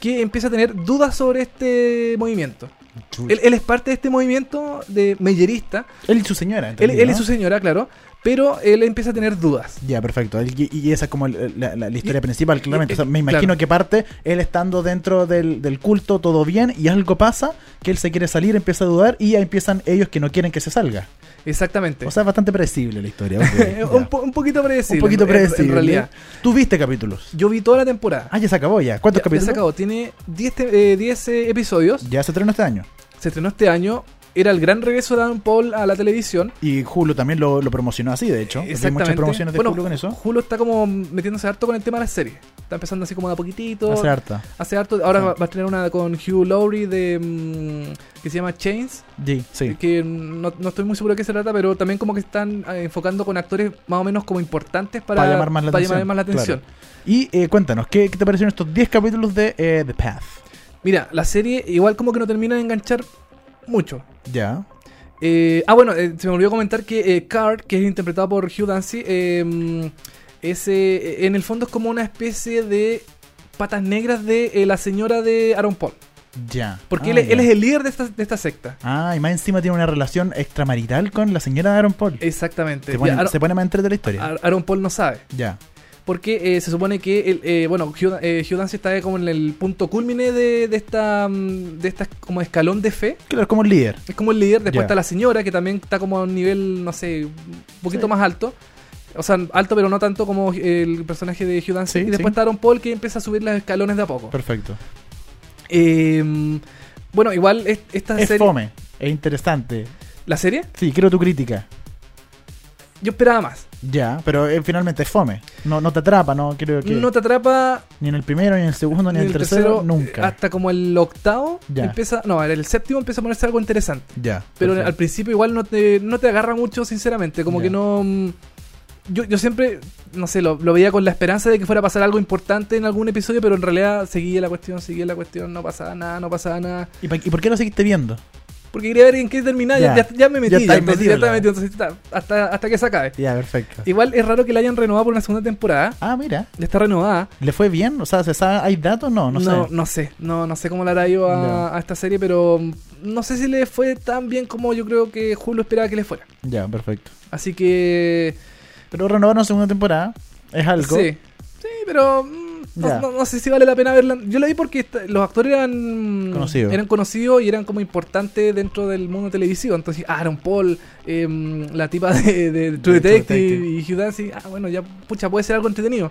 Speaker 2: que empieza a tener dudas sobre este movimiento.
Speaker 3: Chucha.
Speaker 2: Él, él es parte de este movimiento de meyerista,
Speaker 3: Él y su señora,
Speaker 2: él,
Speaker 3: entendí,
Speaker 2: él
Speaker 3: ¿no?
Speaker 2: y su señora, claro, pero él empieza a tener dudas.
Speaker 3: Ya, perfecto. Él- Y, y esa es como el- la, la- la historia principal, claramente.
Speaker 2: y-
Speaker 3: O sea, me
Speaker 2: claro.
Speaker 3: imagino que parte él estando dentro del, del culto, todo bien, y algo pasa, que él se quiere salir, empieza a dudar, y ahí empiezan ellos que no quieren que se salga.
Speaker 2: Exactamente.
Speaker 3: O sea, es bastante predecible la historia. ok, ya.
Speaker 2: un, po- un poquito predecible.
Speaker 3: Un poquito
Speaker 2: en- en-
Speaker 3: predecible.
Speaker 2: En realidad.
Speaker 3: Tú viste capítulos.
Speaker 2: Yo vi toda la temporada.
Speaker 3: Ah, ya se acabó ya.
Speaker 2: Ya-
Speaker 3: ¿Cuántos
Speaker 2: ya
Speaker 3: capítulos?
Speaker 2: se acabó. Tiene 10 te- eh, 10 eh, episodios.
Speaker 3: Ya se estrenó este año.
Speaker 2: Se estrenó este año. Era el gran regreso de Aaron Paul a la televisión.
Speaker 3: Y Hulu también lo, lo promocionó así, de hecho. Hay muchas promociones de
Speaker 2: Bueno,
Speaker 3: Hulu con eso.
Speaker 2: Hulu está como metiéndose harto con el tema de las series. Está empezando así como de a poquitito.
Speaker 3: Hace harta.
Speaker 2: Hace harto. Ahora
Speaker 3: Ah.
Speaker 2: va, va a tener una con Hugh Laurie de mm, que se llama Chains.
Speaker 3: Sí, sí.
Speaker 2: Que no, no estoy muy seguro de qué se trata, pero también como que están eh, enfocando con actores más o menos como importantes para,
Speaker 3: Para llamar más la
Speaker 2: para
Speaker 3: atención,
Speaker 2: llamar más la
Speaker 3: claro.
Speaker 2: atención.
Speaker 3: Y eh, cuéntanos, ¿qué, qué te parecieron estos 10 capítulos de eh, The Path?
Speaker 2: Mira, la serie igual como que no termina de enganchar mucho.
Speaker 3: Ya.
Speaker 2: Eh, ah, bueno, eh, se me olvidó comentar que eh, Card, que es interpretado por Hugh Dancy, eh, es, eh, en el fondo es como una especie de patas negras de eh, la señora de Aaron Paul.
Speaker 3: Ya.
Speaker 2: Porque
Speaker 3: Ah,
Speaker 2: él, es-
Speaker 3: ya.
Speaker 2: él es el líder de esta, de esta secta.
Speaker 3: Ah, y más encima tiene una relación extramarital con la señora de Aaron Paul.
Speaker 2: Exactamente.
Speaker 3: se, pone,
Speaker 2: Y Aaron,
Speaker 3: se pone más entrete la historia.
Speaker 2: Aaron Paul no sabe.
Speaker 3: ya.
Speaker 2: porque eh, se supone que, el, eh, bueno, Hugh, eh, Hugh Dancy está como en el punto culmine de, de esta, mm, de esta como escalón de fe.
Speaker 3: Claro, es como el líder.
Speaker 2: Es como el líder, después
Speaker 3: Ya.
Speaker 2: está la señora, que también está como a un nivel, no sé, un poquito más alto. O sea, alto, pero no tanto como eh, el personaje de Hugh Dancy.
Speaker 3: Sí,
Speaker 2: y después
Speaker 3: sí.
Speaker 2: está Aaron Paul, que empieza a subir los escalones de a poco.
Speaker 3: Perfecto.
Speaker 2: Eh, bueno, igual es- esta
Speaker 3: Es
Speaker 2: serie...
Speaker 3: fome. Es interesante.
Speaker 2: ¿La serie?
Speaker 3: Sí, quiero tu crítica.
Speaker 2: Yo esperaba más.
Speaker 3: Ya, pero eh, finalmente es fome. No, no te atrapa, no creo que.
Speaker 2: No te atrapa
Speaker 3: Ni en el primero, ni en el segundo, ni en el tercero, ah,
Speaker 2: eh,
Speaker 3: nunca.
Speaker 2: Hasta como el octavo
Speaker 3: Ya.
Speaker 2: empieza... No, en el séptimo empieza a ponerse algo interesante.
Speaker 3: Ya.
Speaker 2: Pero
Speaker 3: perfecto.
Speaker 2: al principio igual no te, no te agarra mucho, sinceramente. Como
Speaker 3: Ya.
Speaker 2: que no... mm, Yo, yo siempre, no sé, lo, lo veía con la esperanza de que fuera a pasar algo importante en algún episodio, pero en realidad seguía la cuestión, seguía la cuestión, no pasaba nada, no pasaba nada.
Speaker 3: ¿Y, pa- y por qué lo seguiste viendo?
Speaker 2: Porque quería ver en qué terminaba, ya,
Speaker 3: Ya.
Speaker 2: ya, ya me metí,
Speaker 3: Ya
Speaker 2: ya,
Speaker 3: estáis
Speaker 2: entonces,
Speaker 3: metido
Speaker 2: ya
Speaker 3: en la-
Speaker 2: estaba metido, entonces, está- hasta, hasta que se acabe.
Speaker 3: Ya, perfecto.
Speaker 2: Igual es raro que la hayan renovado por una segunda temporada,
Speaker 3: Ah, mira.
Speaker 2: ya está renovada.
Speaker 3: ¿Le fue bien? O sea, ¿se sabe? ¿hay datos? No, no,
Speaker 2: no,
Speaker 3: sé.
Speaker 2: no sé, no, no sé cómo la hará ido a, a esta serie, pero mm, no sé si le fue tan bien como yo creo que Julio esperaba que le fuera.
Speaker 3: Ya, perfecto.
Speaker 2: Así que
Speaker 3: Pero renovar una segunda temporada es algo.
Speaker 2: Sí, sí, pero mm,
Speaker 3: Ya.
Speaker 2: no, no- no sé si vale la pena verla. Yo la vi porque esta- los actores eran
Speaker 3: Conocidos.
Speaker 2: eran conocidos y eran como importantes dentro del mundo televisivo. Entonces, ah, Aaron Paul, em, la tipa de, de True
Speaker 3: True
Speaker 2: Detective
Speaker 3: Detective.
Speaker 2: y Hugh Dancy, ah, bueno, ya pucha, puede ser algo entretenido.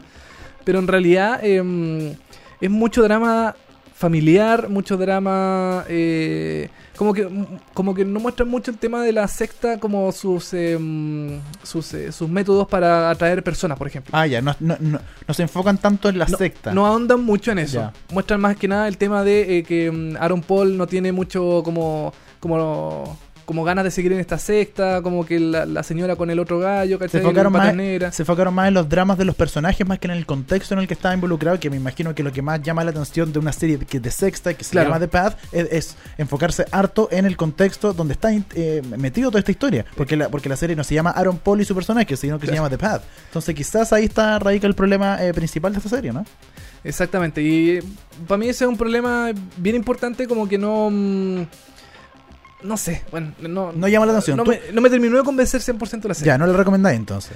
Speaker 2: Pero en realidad em, es mucho drama familiar, mucho drama... eh, como que, como que no muestran mucho el tema de la secta como sus em, sus, eh, sus métodos para atraer personas, por ejemplo.
Speaker 3: Ah, ya, no, no, no, no se enfocan tanto en la
Speaker 2: No-
Speaker 3: secta.
Speaker 2: No ahondan mucho en eso.
Speaker 3: Ya.
Speaker 2: Muestran más que nada el tema de eh, que mm, Aaron Paul no tiene mucho como como como ganas de seguir en esta secta, como que la, la señora con el otro gallo,
Speaker 3: se
Speaker 2: ¿cachai?
Speaker 3: enfocaron,
Speaker 2: Patas
Speaker 3: más,
Speaker 2: negras.
Speaker 3: se enfocaron más en los dramas de los personajes más que en el contexto en el que estaba involucrado, que me imagino que lo que más llama la atención de una serie que de sexta que se
Speaker 2: Claro.
Speaker 3: llama The Path es, es enfocarse harto en el contexto donde está eh, metido toda esta historia, porque la, porque la serie no se llama Aaron Paul y su personaje, sino que se
Speaker 2: Claro.
Speaker 3: llama The Path. Entonces quizás ahí está radica el problema eh, principal de esta serie, ¿no?
Speaker 2: Exactamente. Y para mí ese es un problema bien importante, como que no. mm, no sé, bueno, no.
Speaker 3: No llama la atención.
Speaker 2: no
Speaker 3: Tú-
Speaker 2: me, no me terminó de convencer 100% la serie.
Speaker 3: Ya, no la recomendáis entonces.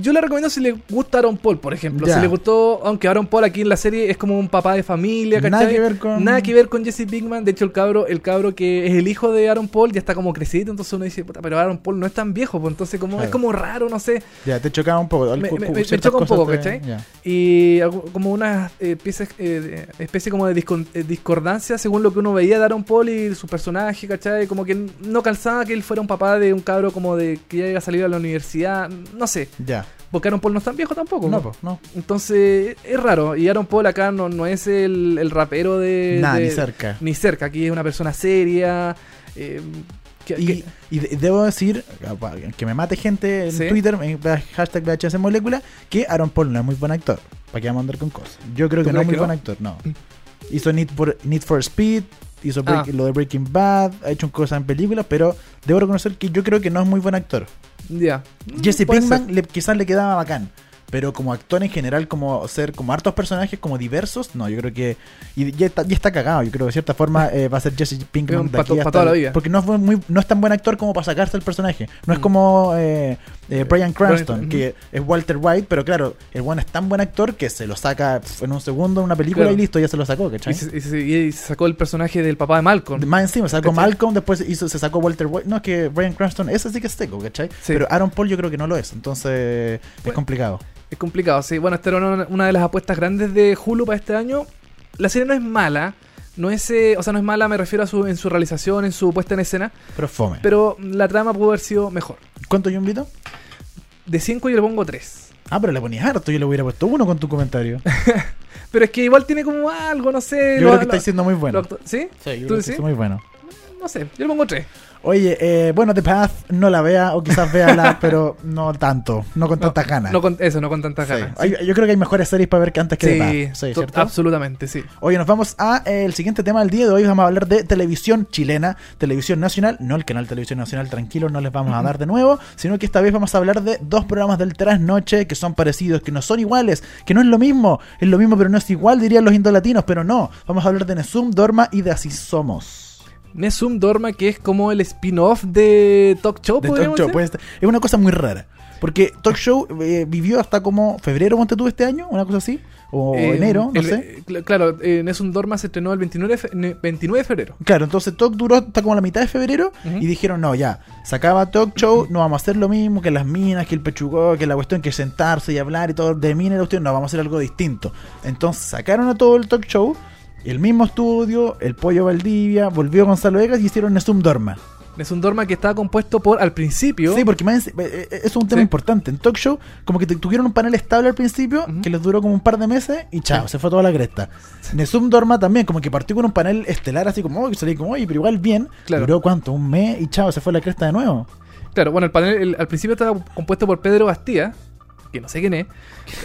Speaker 2: Yo le recomiendo si le gusta Aaron Paul, por ejemplo.
Speaker 3: Ya.
Speaker 2: Si le gustó, aunque Aaron Paul aquí en la serie es como un papá de familia, ¿cachai?
Speaker 3: Nada que ver con-
Speaker 2: Nada que ver con Jesse Pinkman. De hecho, el cabro, el cabro que es el hijo de Aaron Paul ya está como crecidito, entonces uno dice, "Puta, pero Aaron Paul no es tan viejo, pues entonces como
Speaker 3: Claro.
Speaker 2: es como raro, no sé.
Speaker 3: Ya, te chocaba un poco.
Speaker 2: Me-
Speaker 3: cu-
Speaker 2: me-
Speaker 3: cu-
Speaker 2: me- me
Speaker 3: ciertas
Speaker 2: choca un
Speaker 3: cosas
Speaker 2: poco,
Speaker 3: te-
Speaker 2: ¿cachai?
Speaker 3: ya.
Speaker 2: Y algo- como una eh, pieza, eh, especie como de discon- eh, discordancia según lo que uno veía de Aaron Paul y su personaje, ¿cachai? Como que no calzaba que él fuera un papá de un cabro como de que ya iba a salir a la universidad, no sé.
Speaker 3: Ya.
Speaker 2: Porque Aaron Paul no es tan viejo tampoco.
Speaker 3: No,
Speaker 2: ¿no?
Speaker 3: po, no.
Speaker 2: Entonces, es raro. Y Aaron Paul acá no, no es el, el rapero de.
Speaker 3: Nada,
Speaker 2: Eh, de-
Speaker 3: ni cerca.
Speaker 2: Ni cerca. Aquí es una persona seria. eh, que-
Speaker 3: Y,
Speaker 2: que-
Speaker 3: y de- debo decir, apa, que me mate gente en
Speaker 2: Sí.
Speaker 3: Twitter, en hashtag VHS molécula, que Aaron Paul no es muy buen actor. ¿Para qué vamos a andar con cosas? Yo creo
Speaker 2: ¿Tú
Speaker 3: que no es
Speaker 2: crees que
Speaker 3: muy buen
Speaker 2: no? Mm.
Speaker 3: actor, no. Hizo Need for, Need for Speed, hizo Break-
Speaker 2: Ah.
Speaker 3: lo de Breaking Bad, ha hecho cosas en películas, pero debo reconocer que yo creo que no es muy buen actor.
Speaker 2: ya. Mm,
Speaker 3: Jesse
Speaker 2: puede
Speaker 3: Pinkman le- quizás le quedaba bacán. Pero como actor en general, como ser como hartos personajes, como diversos, no, yo creo que. Y ya está, ya está cagado, yo creo que de cierta forma eh, va a ser Jesse Pinkman de
Speaker 2: Pa' to- pa'
Speaker 3: aquí hasta
Speaker 2: toda la
Speaker 3: el-
Speaker 2: vida.
Speaker 3: Porque no es, buen- muy, no es tan buen actor como para sacarse el personaje. No es
Speaker 2: Mm.
Speaker 3: como eh, eh, Bryan Cranston,
Speaker 2: Bryan-
Speaker 3: que es Walter White, pero claro, el buen es tan buen actor que se lo saca pf, en un segundo en una película
Speaker 2: Claro.
Speaker 3: y listo, ya se lo sacó,
Speaker 2: ser.
Speaker 3: ¿cachai?
Speaker 2: Y se, y se- y se sacó el personaje del papá de Malcolm.
Speaker 3: De- Más encima, sacó
Speaker 2: ¿Cachai?
Speaker 3: Malcolm, después hizo, se sacó Walter White. No, es que Brian Cranston, ese sí que es seco, ¿cachai?
Speaker 2: Sí.
Speaker 3: Pero Aaron Paul yo creo que no lo es, entonces es
Speaker 2: Bueno.
Speaker 3: complicado.
Speaker 2: es complicado, sí. Bueno, esta era una, una de las apuestas grandes de Hulu para este año. La serie no es mala. No es, eh, o sea, no es mala, me refiero a su, en su realización, en su puesta en escena.
Speaker 3: Pero fome.
Speaker 2: Pero la trama pudo haber sido mejor.
Speaker 3: ¿Cuánto yo invito?
Speaker 2: De 5 yo le pongo 3.
Speaker 3: Ah, pero le ponías harto, yo le hubiera puesto uno con tu comentario. Yo
Speaker 2: Pero es que igual tiene como algo, no sé. lo-
Speaker 3: creo que
Speaker 2: lo-
Speaker 3: estáis siendo muy bueno.
Speaker 2: lo actu- ¿Sí? ¿Tú
Speaker 3: Sí, yo creo que
Speaker 2: sí?
Speaker 3: está muy bueno.
Speaker 2: No sé, yo le pongo 3.
Speaker 3: Oye, eh, bueno, The Path no la vea, o quizás la pero no tanto, no con tantas ganas.
Speaker 2: No con, eso, no con tantas
Speaker 3: Sí.
Speaker 2: ganas.
Speaker 3: Hay- Yo creo que hay mejores series para ver que antes que The
Speaker 2: Sí,
Speaker 3: Path. Sí,
Speaker 2: to-
Speaker 3: ¿cierto?
Speaker 2: absolutamente, sí.
Speaker 3: Oye, nos vamos a eh, el siguiente tema del día de hoy. Vamos a hablar de televisión chilena, televisión nacional, no el canal Televisión Nacional, tranquilo, no les vamos a dar de nuevo, sino que esta vez vamos a hablar de dos programas del trasnoche que son parecidos, que no son iguales, que no es lo mismo, es lo mismo pero no es igual, dirían los indolatinos, pero no. Vamos a hablar de Nesum, Dorma y de Así Somos.
Speaker 2: Nesum Dorma, que es como el spin-off de Talk Show,
Speaker 3: de
Speaker 2: podríamos
Speaker 3: talk show. pues,
Speaker 2: decir.
Speaker 3: puede estar- es una cosa muy rara. Porque Talk Show eh, vivió hasta como febrero, ponte tú, este año, una cosa así. O
Speaker 2: Eh,
Speaker 3: enero, no
Speaker 2: el-
Speaker 3: sé.
Speaker 2: eh, cl- Claro, eh, Nessun Dorma se estrenó el 29 de, fe- ne- 29 de febrero.
Speaker 3: Claro, entonces Talk duró hasta como la mitad de febrero
Speaker 2: Ujú.
Speaker 3: y dijeron, no, ya, sacaba Talk Show, no vamos a hacer lo mismo que las minas, que el pechugó, que la cuestión que sentarse y hablar y todo de mina y la cuestión, no, vamos a hacer algo distinto. Entonces sacaron a todo el Talk Show, el mismo estudio, el Pollo Valdivia, volvió Gonzalo Vegas y hicieron Nesum Dorma.
Speaker 2: Nessun Dorma que estaba compuesto por, al principio,
Speaker 3: Sí, porque más, eh, eh, eso es un tema
Speaker 2: Sí.
Speaker 3: importante. En talk show, como que tu- tuvieron un panel estable al principio,
Speaker 2: Ujú.
Speaker 3: que les duró como un par de meses, y chao, se fue toda la cresta. Nesum Dorma también, como que partió con un panel estelar así como, oh, salí como, oye, pero igual bien.
Speaker 2: Claro.
Speaker 3: Duró cuánto, un mes, y chao, se fue la cresta de nuevo.
Speaker 2: claro, bueno, el panel el- al principio estaba compuesto por Pedro Bastía, que no sé quién es,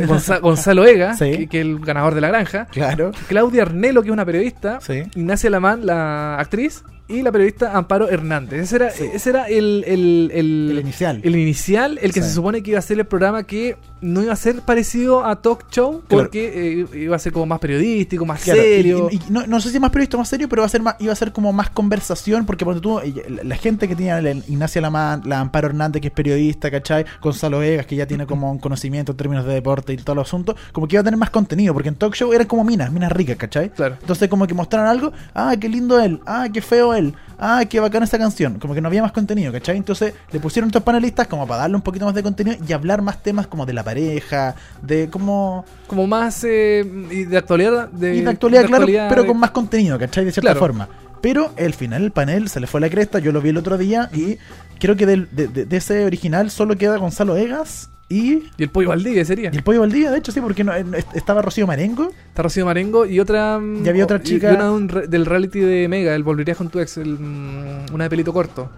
Speaker 2: Gonza- Gonzalo Ega,
Speaker 3: Sí.
Speaker 2: que, que es el ganador de La Granja,
Speaker 3: Claro.
Speaker 2: Claudia Arnelo, que es una periodista,
Speaker 3: Sí.
Speaker 2: Ignacia Lamán, la actriz, y la periodista Amparo Hernández. Ese era, ese era el, el- el-
Speaker 3: El inicial.
Speaker 2: El inicial, el que
Speaker 3: Sí.
Speaker 2: se supone que iba a ser el programa que no iba a ser parecido a Talk Show,
Speaker 3: Claro.
Speaker 2: porque eh, iba a ser como más periodístico, más
Speaker 3: Claro, y-
Speaker 2: serio.
Speaker 3: y- y no, no sé si más previsto más serio, pero va a ser más, iba a ser como más conversación, porque ponte tú, eh, la, la gente que tenía la Ignacia Lamán, la Amparo Hernández, que es periodista, ¿cachai? Gonzalo Vegas, que ya tiene como un conocimiento en términos de deporte y todo el asunto, como que iba a tener más contenido, porque en talk show eran como minas, minas ricas, ¿cachai?
Speaker 2: Claro.
Speaker 3: Entonces como que mostraron algo, ah, qué lindo él, ah, qué feo él, ah, qué bacana esta canción, como que no había más contenido, ¿cachai? Entonces le pusieron estos panelistas como para darle un poquito más de contenido y hablar más temas como de la pareja, de cómo
Speaker 2: como más eh, y de actualidad. De,
Speaker 3: y de actualidad,
Speaker 2: de
Speaker 3: claro,
Speaker 2: actualidad
Speaker 3: pero
Speaker 2: de-
Speaker 3: con más contenido, ¿cachai? De cierta
Speaker 2: Claro.
Speaker 3: forma. Pero el final, el panel, se le fue la cresta, yo lo vi el otro día y creo que del- de, de- de ese original solo queda Gonzalo Egas y,
Speaker 2: Y el pollo Valdivia sería.
Speaker 3: y el Pollo Valdivia, de hecho, sí, porque no- eh, estaba Rocío Marengo.
Speaker 2: Está Rocío Marengo y otra. mm,
Speaker 3: Y había otra chica-
Speaker 2: y una de un re- del reality de Mega, el Volverías con tu ex, el, mm, una de pelito corto.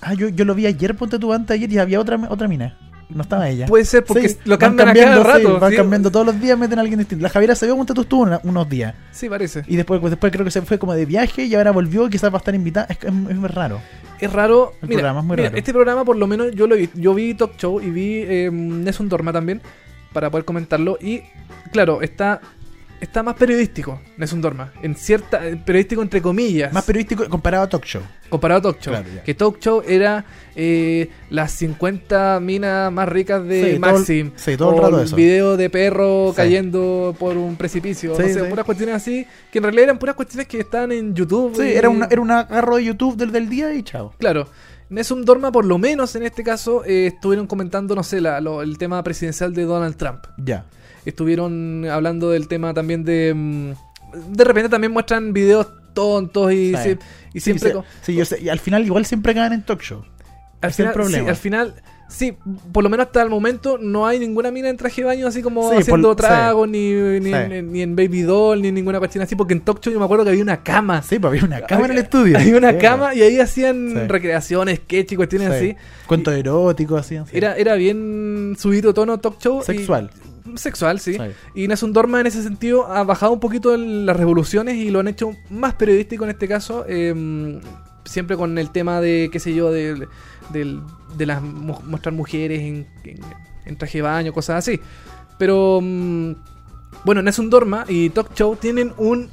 Speaker 3: Ah, yo, yo lo vi ayer, ponte tú antes ayer y había otra, otra mina. No estaba ella.
Speaker 2: Puede ser, porque
Speaker 3: Sí,
Speaker 2: lo
Speaker 3: van
Speaker 2: cambian a cada
Speaker 3: cambiando, sí,
Speaker 2: rato.
Speaker 3: van
Speaker 2: sí.
Speaker 3: cambiando todos los días, meten a alguien distinto. La Javiera se vio, ponte tú, estuvo una- unos días.
Speaker 2: Sí, parece.
Speaker 3: Y después, pues, después creo que se fue como de viaje y ahora volvió y quizás va a estar invitada. Es, es, es raro.
Speaker 2: Es raro.
Speaker 3: El
Speaker 2: mira,
Speaker 3: programa es muy
Speaker 2: mira,
Speaker 3: raro.
Speaker 2: Este programa, por lo menos, yo lo vi, yo vi Talk Show y vi eh, Nessun Dorma también, para poder comentarlo. Y, claro, está. Está más periodístico, Nessun Dorma. En cierta. eh, Periodístico entre comillas.
Speaker 3: Más periodístico comparado a Talk Show.
Speaker 2: Comparado a Talk Show.
Speaker 3: Claro, ya.
Speaker 2: que Talk Show era eh, las 50 minas más ricas de
Speaker 3: Sí, todo el-
Speaker 2: Maxim.
Speaker 3: sí, todo el
Speaker 2: o
Speaker 3: rato eso.
Speaker 2: video de perro
Speaker 3: Sí.
Speaker 2: cayendo por un precipicio.
Speaker 3: Sí,
Speaker 2: no sé,
Speaker 3: sí.
Speaker 2: puras cuestiones así. Que en realidad eran puras cuestiones que estaban en YouTube.
Speaker 3: Sí,
Speaker 2: y-
Speaker 3: era, una, era un agarro de YouTube del, del día y chao.
Speaker 2: Claro. Nessun Dorma, por lo menos en este caso, eh, estuvieron comentando, no sé, la- lo- el tema presidencial de Donald Trump.
Speaker 3: Ya.
Speaker 2: Estuvieron hablando del tema también de... mm, De repente también muestran videos tontos y,
Speaker 3: Sí.
Speaker 2: sie- y siempre...
Speaker 3: sí,
Speaker 2: co-
Speaker 3: sí, yo sé, y al final igual siempre acaban en talk show.
Speaker 2: Al
Speaker 3: Es el
Speaker 2: final,
Speaker 3: problema.
Speaker 2: Sí, al final, sí, por lo menos hasta el momento no hay ninguna mina en traje de baño así como
Speaker 3: Sí,
Speaker 2: haciendo
Speaker 3: por-
Speaker 2: tragos, ni, ni,
Speaker 3: Sí.
Speaker 2: en, ni en Baby Doll, ni en ninguna cuestión así, porque en Talk Show yo me acuerdo que había una cama.
Speaker 3: Sí, pues había una cama en el
Speaker 2: Había-
Speaker 3: estudio.
Speaker 2: Había una
Speaker 3: Sí,
Speaker 2: cama y ahí hacían
Speaker 3: Sí.
Speaker 2: recreaciones, sketch y cuestiones
Speaker 3: sí.
Speaker 2: así.
Speaker 3: Cuentos eróticos, así. así.
Speaker 2: Era, era bien subido tono Talk Show. y-
Speaker 3: Sexual.
Speaker 2: Sexual, sí.
Speaker 3: Sí.
Speaker 2: Y Nelson Dorma en ese sentido ha bajado un poquito el- las revoluciones y lo han hecho más periodístico en este caso. eh, siempre con el tema de, qué sé yo, del- del- de las mu- mostrar mujeres en, en- en traje de baño, cosas así. Pero mm, bueno, Nelson Dorma y Talk Show tienen un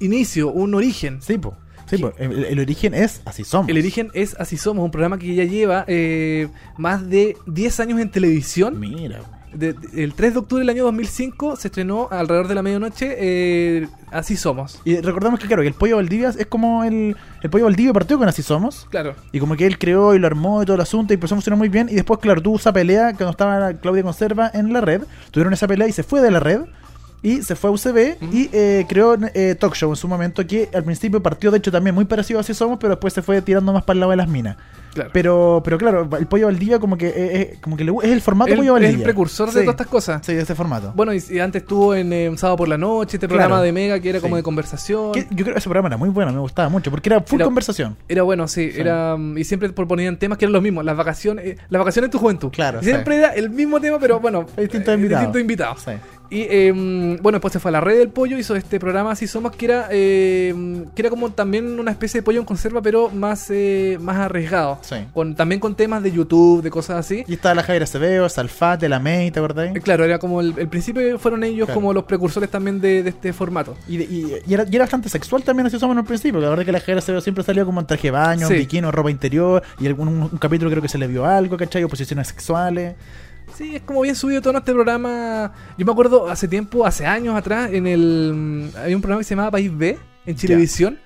Speaker 2: inicio, un origen.
Speaker 3: Sí, pues. Sí,
Speaker 2: ¿Qué?
Speaker 3: po. El, el origen es así somos.
Speaker 2: El origen es Así Somos, un programa que ya lleva eh, más de 10 años en televisión.
Speaker 3: Mira. pues. po.
Speaker 2: De- de- el 3 de octubre del año 2005 se estrenó alrededor de la medianoche eh, Así Somos.
Speaker 3: Y recordamos que, claro, que el Pollo Valdivia es como el. El Pollo Valdivia partió con Así Somos.
Speaker 2: Claro.
Speaker 3: Y como que él creó y lo armó y todo el asunto y empezó a funcionar muy bien. Y después, claro, tuvo esa pelea cuando estaba Claudia Conserva en la red. Tuvieron esa pelea y se fue de la red. Y se fue a UCB y eh, creó eh, Talk Show en su momento, que al principio partió, de hecho, también muy parecido a Así Somos, pero después se fue tirando más para el lado de las minas.
Speaker 2: Claro.
Speaker 3: Pero, pero claro, el Pollo Valdivia como que, eh, eh, como que le, es el formato
Speaker 2: El-
Speaker 3: Pollo
Speaker 2: es
Speaker 3: Valdivia.
Speaker 2: el precursor
Speaker 3: Sí,
Speaker 2: de todas estas cosas.
Speaker 3: Sí, de este formato.
Speaker 2: Bueno, y, y antes estuvo en eh, Un Sábado por la Noche, este
Speaker 3: Claro.
Speaker 2: programa de Mega que era como
Speaker 3: Sí.
Speaker 2: de conversación.
Speaker 3: Que yo creo que ese programa era muy bueno, me gustaba mucho, porque era full
Speaker 2: Era-
Speaker 3: conversación.
Speaker 2: Era bueno, sí,
Speaker 3: Sí.
Speaker 2: era mm, y siempre proponían temas que eran los mismos, las vacaciones, eh, las vacaciones en tu juventud.
Speaker 3: Claro,
Speaker 2: Y siempre era el mismo tema, pero bueno,
Speaker 3: Distintos
Speaker 2: eh,
Speaker 3: invitados.
Speaker 2: distintos invitados.
Speaker 3: Sí.
Speaker 2: Y eh, bueno, después se fue a la red del pollo, hizo este programa Así Somos, que era, eh, que era como también una especie de pollo en conserva, pero más, eh, más arriesgado.
Speaker 3: Sí.
Speaker 2: Con, también con temas de YouTube, de cosas así.
Speaker 3: Y estaba la Javier Acevedo, Salfate, la May, ¿te acordás?
Speaker 2: Eh, Claro, era como el, el principio fueron ellos
Speaker 3: Claro.
Speaker 2: como los precursores también de, de este formato.
Speaker 3: Y, de- y- y era, y era bastante sexual también, así somos en un principio. La verdad que la Javier Acevedo siempre salía como en traje de baño,
Speaker 2: Sí.
Speaker 3: en bikini, en ropa interior. Y algún, un, un capítulo creo que se le vio algo, ¿cachai? O posiciones sexuales.
Speaker 2: Sí, es como bien subido tono este programa. Yo me acuerdo hace tiempo, hace años atrás, en el mm, había un programa que se llamaba País B en Chilevisión,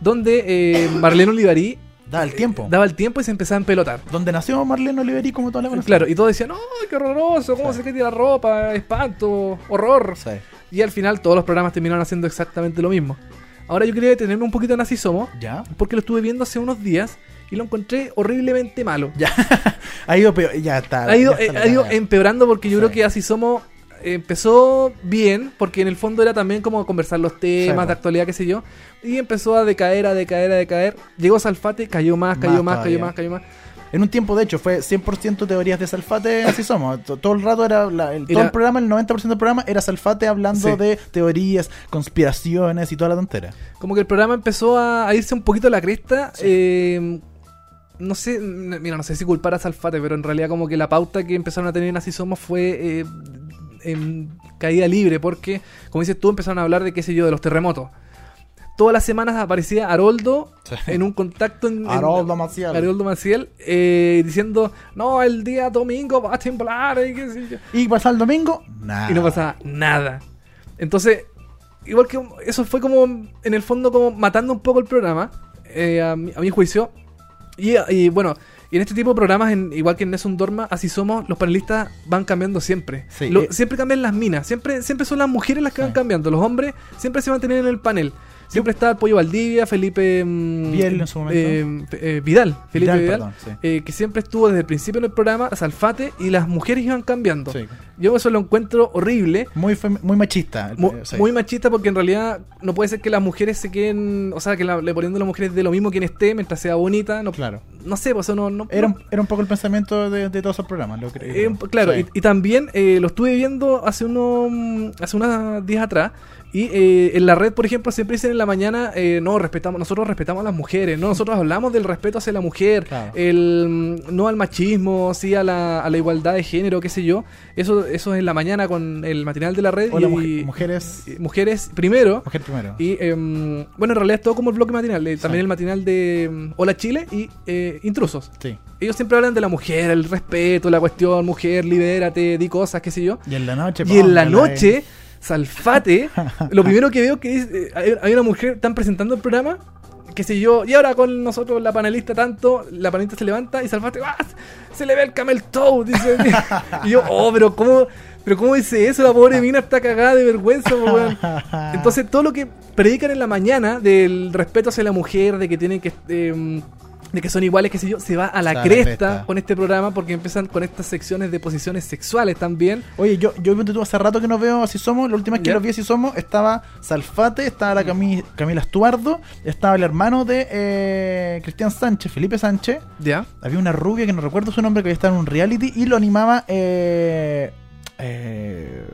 Speaker 2: donde eh, Marlene Olivarí
Speaker 3: Da el tiempo.
Speaker 2: daba el tiempo y se empezaba a empelotar.
Speaker 3: Donde nació Marlene Oliveri, como toda la conocemos.
Speaker 2: Claro, y todos decían, ¡ay, qué horroroso! ¿Cómo se quita la ropa? Espanto, horror.
Speaker 3: Sí.
Speaker 2: Y al final todos los programas terminaron haciendo exactamente lo mismo. Ahora yo quería detenerme un poquito en Así Somos,
Speaker 3: ¿Ya?
Speaker 2: porque lo estuve viendo hace unos días y lo encontré horriblemente malo.
Speaker 3: Ya. ha ido peor. Ya está.
Speaker 2: ha ido,
Speaker 3: ya
Speaker 2: eh,
Speaker 3: está la
Speaker 2: ha ido
Speaker 3: cagada.
Speaker 2: empeorando porque yo
Speaker 3: Sí.
Speaker 2: creo que así somos. Empezó bien, porque en el fondo era también como conversar los
Speaker 3: Sí,
Speaker 2: temas
Speaker 3: po.
Speaker 2: de actualidad, qué sé yo. Y empezó a decaer, a decaer, a decaer. Llegó Salfate, cayó más, cayó
Speaker 3: Más
Speaker 2: más, cayó
Speaker 3: todavía.
Speaker 2: más, cayó más.
Speaker 3: En un tiempo, de hecho, fue 100% teorías de Salfate, así somos. To- Todo el rato era, la- el, todo
Speaker 2: Era-
Speaker 3: el programa, el 90% del programa era Salfate hablando
Speaker 2: Sí.
Speaker 3: de teorías, conspiraciones y toda la tontera.
Speaker 2: Como que el programa empezó a, a irse un poquito a la cresta. eh, no sé, n- mira, no sé si culpar a Salfate, pero en realidad como que la pauta que empezaron a tener en Así Somos fue eh, en caída libre, porque, como dices tú, empezaron a hablar de qué sé yo, de los terremotos. Todas las semanas aparecía Haroldo en un contacto en, en-
Speaker 3: Haroldo Maciel.
Speaker 2: Haroldo Maciel, eh, diciendo, no, el día domingo va a temblar y qué sé yo
Speaker 3: Y pasaba el domingo, nada.
Speaker 2: y no pasaba nada. Entonces, igual que un- eso fue como, en el fondo, como matando un poco el programa, eh, a, mi, a mi juicio. Y, y bueno, y en este tipo de programas, en- igual que en Es un Dorma, así somos, los panelistas van cambiando siempre.
Speaker 3: Sí,
Speaker 2: Lo-
Speaker 3: eh.
Speaker 2: siempre cambian las minas, siempre, siempre son las mujeres las que van
Speaker 3: Sí.
Speaker 2: cambiando, los hombres siempre se mantienen en el panel. Siempre está el Pollo Valdivia, Felipe mm,
Speaker 3: Biel en su momento.
Speaker 2: eh, eh, Vidal, Felipe
Speaker 3: Vidal,
Speaker 2: Vidal,
Speaker 3: perdón, sí.
Speaker 2: eh, que siempre estuvo desde el principio en el programa, Salfate, y las mujeres iban cambiando.
Speaker 3: Sí.
Speaker 2: Yo eso lo encuentro horrible.
Speaker 3: Muy, fem- muy machista. el- eh,
Speaker 2: Mu-
Speaker 3: sí.
Speaker 2: Muy machista porque en realidad no puede ser que las mujeres se queden, o sea, que la, le poniendo a las mujeres de lo mismo quien esté mientras sea bonita, no,
Speaker 3: Claro.
Speaker 2: no sé, pues eso no... no
Speaker 3: Era,
Speaker 2: no-
Speaker 3: un- era un poco el pensamiento de, de todos esos programas, lo creo.
Speaker 2: eh, un- claro,
Speaker 3: Sí.
Speaker 2: y, y también eh, lo estuve viendo hace unos hace unos días atrás y eh, en la red, por ejemplo, siempre dicen en la mañana, eh, no, respetamos, nosotros respetamos a las mujeres, no, nosotros hablamos del respeto hacia la mujer,
Speaker 3: Claro.
Speaker 2: el mm, no al machismo, sí a la, a la igualdad de género, qué sé yo. Eso eso es en la mañana con el matinal de la red
Speaker 3: Hola,
Speaker 2: y,
Speaker 3: mujer- mujeres.
Speaker 2: eh, mujeres primero.
Speaker 3: Mujer primero.
Speaker 2: Y em, bueno, en realidad es todo como el bloque matinal. eh, también el matinal de em, Hola Chile y eh, Intrusos.
Speaker 3: Sí.
Speaker 2: Ellos siempre hablan de la mujer, el respeto, la cuestión, mujer, libérate, di cosas, qué sé yo.
Speaker 3: Y en la noche.
Speaker 2: Y en la
Speaker 3: póngala ahí.
Speaker 2: noche, Salfate, lo primero que veo que es, eh, hay- hay una mujer, están presentando el programa, qué sé yo, y ahora con nosotros la panelista tanto, la panelista se levanta y Salfate, ¡ah! Se le ve el camel toe, dice. y yo, oh, pero ¿cómo, pero ¿cómo dice eso? La pobre mina está cagada de vergüenza, po, weón. Entonces, todo lo que predican en la mañana del respeto hacia la mujer, de que tienen que. eh, de que son iguales, qué sé yo, se va a la,
Speaker 3: Se va a la
Speaker 2: cresta,
Speaker 3: cresta.
Speaker 2: con este programa porque empiezan con estas secciones de posiciones sexuales también.
Speaker 3: Oye, yo, yo ponte tú, hace rato que no veo Así Somos. La última vez que
Speaker 2: Ya. Mm.
Speaker 3: los vi Así Somos estaba Salfate, estaba la Cami- Camila Estuardo, estaba el hermano de eh, Cristian Sánchez, Felipe Sánchez.
Speaker 2: Ya.
Speaker 3: Había una rubia que no recuerdo su nombre que había estado en un reality y lo animaba eh, eh,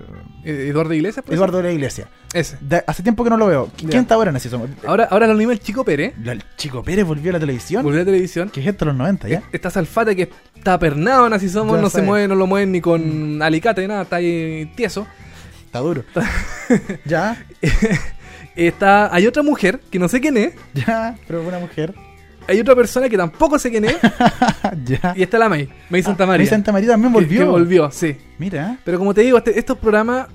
Speaker 2: Eh, Eduardo Iglesias, pues.
Speaker 3: Eduardo de la Iglesia.
Speaker 2: Ese.
Speaker 3: De- hace tiempo que no lo veo. ¿Qui-
Speaker 2: Ya.
Speaker 3: ¿Quién está ahora en Así Somos?
Speaker 2: Ahora, ahora lo anima el Chico Pérez.
Speaker 3: La- ¿El Chico Pérez volvió a la televisión?
Speaker 2: Volvió a la televisión.
Speaker 3: ¿Qué es esto, los 90 ya?
Speaker 2: Está Salfate que está pernado en Así Somos.
Speaker 3: Ya
Speaker 2: no
Speaker 3: sé. Mm.
Speaker 2: se mueve, no lo mueven ni con alicate ni nada. Está ahí tieso.
Speaker 3: Está duro. ya,
Speaker 2: Está, hay otra mujer que no sé quién es.
Speaker 3: ya, pero una mujer.
Speaker 2: Hay otra persona que tampoco sé quién es.
Speaker 3: ya.
Speaker 2: y está la May. May Santa María.
Speaker 3: Y Ah, Santa María también
Speaker 2: Que-
Speaker 3: volvió.
Speaker 2: que volvió, sí.
Speaker 3: Mira.
Speaker 2: Pero como te digo, este- estos programas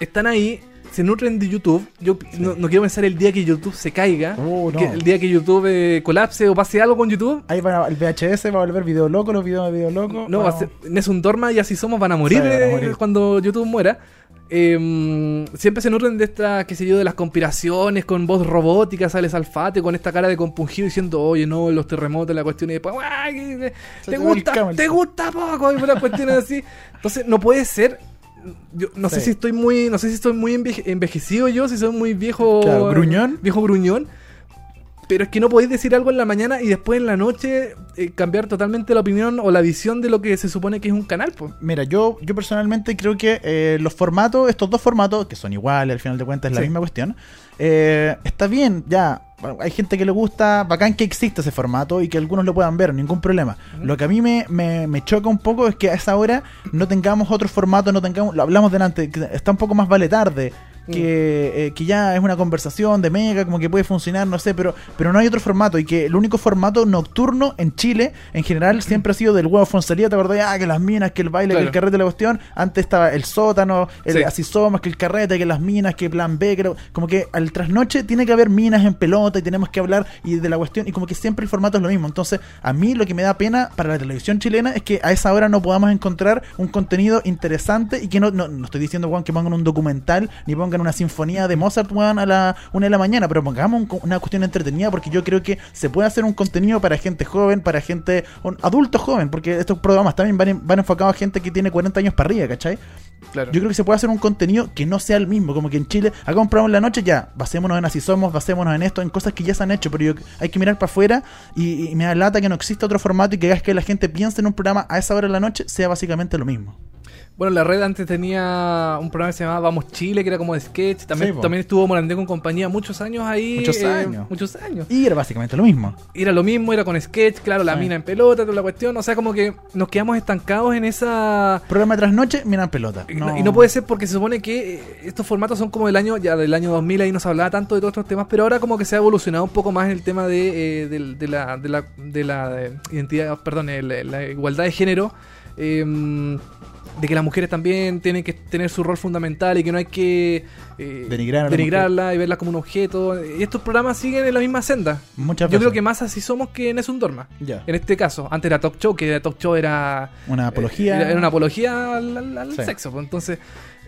Speaker 2: están ahí, se nutren de YouTube. Yo no, no quiero pensar el día que YouTube se caiga,
Speaker 3: Oh, no.
Speaker 2: que el día que YouTube eh, colapse o pase algo con YouTube.
Speaker 3: Ahí va el VHS, va a volver video loco, los videos de video loco.
Speaker 2: No, va a
Speaker 3: vamos.
Speaker 2: ser- es un dorma y así somos, van a morir,
Speaker 3: Sí, van a
Speaker 2: eh,
Speaker 3: morir.
Speaker 2: cuando YouTube muera. Eh, siempre se nutren de esta, qué sé yo, de las conspiraciones con voz robótica, sale Salfate con esta cara de compungido diciendo, oye, no, los terremotos, la cuestión, y después, "Ay, que- que- te
Speaker 3: Se te va el
Speaker 2: gusta,
Speaker 3: camel.
Speaker 2: te gusta poco, y unas cuestiones así. Entonces, no puede ser. Yo no sé
Speaker 3: Sí.
Speaker 2: si estoy muy, no sé si estoy muy enveje- envejecido yo, si soy muy viejo.
Speaker 3: Claro, gruñón.
Speaker 2: Viejo gruñón. Pero es que no podéis decir algo en la mañana y después en la noche eh, cambiar totalmente la opinión o la visión de lo que se supone que es un canal, pues.
Speaker 3: Mira, yo, yo personalmente creo que eh, los formatos, estos dos formatos, que son iguales al final de cuentas, es la
Speaker 2: Sí.
Speaker 3: misma cuestión, eh, está bien, ya. Bueno, Hay gente que le gusta, bacán que exista ese formato y que algunos lo puedan ver, ningún problema. Lo que a mí me, me- me choca un poco es que a esa hora no tengamos otro formato, no tengamos, lo hablamos delante, que está un poco más vale tarde, que, eh, que ya es una conversación de mega, como que puede funcionar, no sé, pero, pero no hay otro formato y que el único formato nocturno en Chile, en general, siempre ha sido del huevo Fonsalía, ¿te acordás? Ah, que las minas, que el baile, que
Speaker 2: Claro.
Speaker 3: el carrete, la cuestión. Antes estaba el sótano, el
Speaker 2: Sí.
Speaker 3: así somos, que el carrete, que las minas, que plan B, que lo- como que al trasnoche tiene que haber minas en pelota y tenemos que hablar y de la cuestión y como que siempre el formato es lo mismo. Entonces, a mí lo que me da pena para la televisión chilena es que a esa hora no podamos encontrar un contenido interesante y que no, no, no estoy diciendo, weón, que pongan un documental ni pongan una sinfonía de Mozart, weón, a la una de la mañana, pero pongamos un- una cuestión entretenida porque yo creo que se puede hacer un contenido para gente joven, para gente, un adulto joven, porque estos programas también van, en- van enfocados a gente que tiene 40 años para arriba, ¿cachai?
Speaker 2: Claro.
Speaker 3: Yo creo que se puede hacer un contenido que no sea el mismo. Como que en Chile, acá un programa en la noche, ya, basémonos en así somos, basémonos en esto, en cosas que ya se han hecho, pero yo, hay que mirar para afuera y, y me da lata que no exista otro formato y que hagas que la gente piense en un programa a esa hora de la noche sea básicamente lo mismo.
Speaker 2: Bueno, la red antes tenía un programa que se llamaba Vamos Chile, que era como de sketch. También,
Speaker 3: Sí, po.
Speaker 2: también estuvo Morandé con compañía muchos años ahí. eh,
Speaker 3: Muchos años.
Speaker 2: Muchos años.
Speaker 3: Y era básicamente lo mismo.
Speaker 2: Y era lo mismo, era con sketch, claro, la
Speaker 3: Sí.
Speaker 2: mina en pelota, toda la cuestión. O sea, como que nos quedamos estancados en esa.
Speaker 3: Programa tras noche, miran pelota.
Speaker 2: Y no- Y no puede ser porque se supone que eh, estos formatos son como del año, ya del año 2000, ahí no se hablaba tanto de todos estos temas, pero ahora como que se ha evolucionado un poco más el tema de, eh, del- de la, de la, de la eh, identidad, perdón, el- eh, la igualdad de género, eh, de que las mujeres también tienen que tener su rol fundamental y que no hay que eh,
Speaker 3: Denigrar a la
Speaker 2: denigrarla y verla como un objeto. Y estos programas siguen en la misma senda.
Speaker 3: Muchas
Speaker 2: Yo
Speaker 3: veces.
Speaker 2: creo que más así somos que en Es un Dorma.
Speaker 3: Ya.
Speaker 2: En este caso, antes era Talk Show, que era Talk Show era...
Speaker 3: Una
Speaker 2: eh,
Speaker 3: apología.
Speaker 2: Era, era una apología al, al- al
Speaker 3: Sí.
Speaker 2: sexo. pues. Entonces,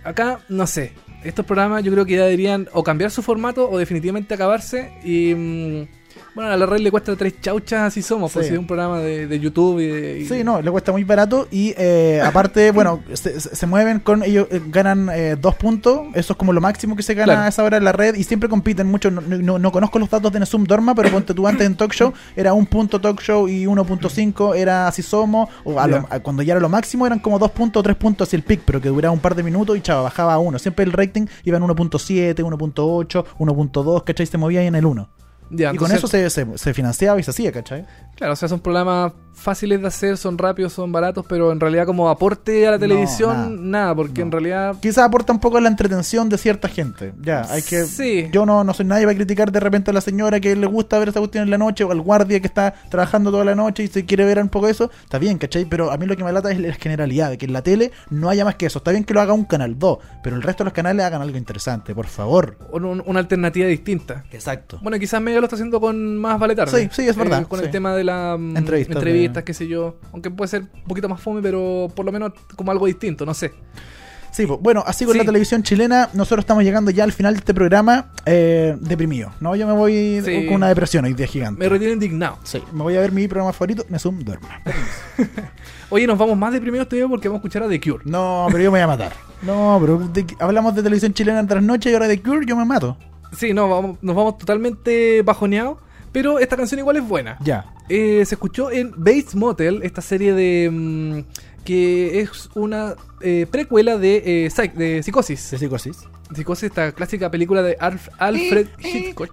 Speaker 2: acá, no sé. Estos programas yo creo que ya deberían o cambiar su formato o definitivamente acabarse. Y mm, bueno, a la red le cuesta tres chauchas, así somos. Pues
Speaker 3: Sí.
Speaker 2: si es un programa de, de YouTube y de... y-
Speaker 3: Sí, no, le cuesta muy barato y eh, aparte, bueno, se, se- se mueven con ellos, eh, ganan eh, dos puntos, eso es como lo máximo que se gana
Speaker 2: Claro.
Speaker 3: a esa hora en la red y siempre compiten mucho, no, no- no conozco los datos de Nesum Dorma, pero ponte tú antes en Talk Show, era un punto Talk Show y 1.5 era así somos, o a lo-
Speaker 2: Ya.
Speaker 3: a- cuando ya era lo máximo eran como dos puntos o tres puntos hacia el pick, pero que duraba un par de minutos y chava, bajaba a uno, siempre el rating iba en 1.7, 1.8, 1.2, ¿cachai? Se movía ahí en el 1.
Speaker 2: Ya,
Speaker 3: Y con
Speaker 2: entonces,
Speaker 3: eso se, se- se financiaba y se hacía, ¿cachai?
Speaker 2: Claro, o sea, son programas fáciles de hacer, son rápidos, son baratos, pero en realidad como aporte a la
Speaker 3: No,
Speaker 2: televisión, nada, porque
Speaker 3: No.
Speaker 2: en realidad...
Speaker 3: quizás aporta un poco a la entretención de cierta gente. Ya, hay que.
Speaker 2: Sí.
Speaker 3: Yo no, no soy nadie para criticar de repente a la señora que le gusta ver esta cuestión en la noche o al guardia que está trabajando toda la noche y se quiere ver un poco eso. Está bien, ¿cachai? Pero a mí lo que me lata es la generalidad, de que en la tele no haya más que eso. Está bien que lo haga un canal 2, pero el resto de los canales hagan algo interesante, por favor.
Speaker 2: un- una alternativa distinta.
Speaker 3: Exacto.
Speaker 2: Bueno, quizás medio lo está haciendo con más vale tarde. Eh,
Speaker 3: Sí, sí, es verdad,
Speaker 2: con
Speaker 3: sí.
Speaker 2: el tema de las mm,
Speaker 3: Entrevistas, eh.
Speaker 2: entrevistas,
Speaker 3: de-
Speaker 2: qué sé yo. Aunque puede ser un poquito más fome, pero por lo menos como algo distinto, no sé.
Speaker 3: Sí, pues, bueno, así con
Speaker 2: Sí.
Speaker 3: la televisión chilena, nosotros estamos llegando ya al final de este programa eh, deprimido. No, yo me voy
Speaker 2: Sí.
Speaker 3: con una depresión hoy día gigante.
Speaker 2: Me retiro indignado.
Speaker 3: Sí, me voy a ver mi programa favorito, Nesum Dorma.
Speaker 2: Oye, nos vamos más deprimidos todavía porque vamos a escuchar a The Cure.
Speaker 3: No, pero yo me voy a matar. No, pero de- hablamos de televisión chilena tras noche y ahora de Cure, yo me mato.
Speaker 2: Sí, no, vamos- nos vamos totalmente bajoneados. Pero esta canción igual es buena.
Speaker 3: Ya.
Speaker 2: Eh, se escuchó en Bates Motel, esta serie de. mm, que es una eh, precuela de, eh, Psy- de Psicosis.
Speaker 3: psicosis.
Speaker 2: Psicosis, esta clásica película de Alf- Alfred Hitchcock.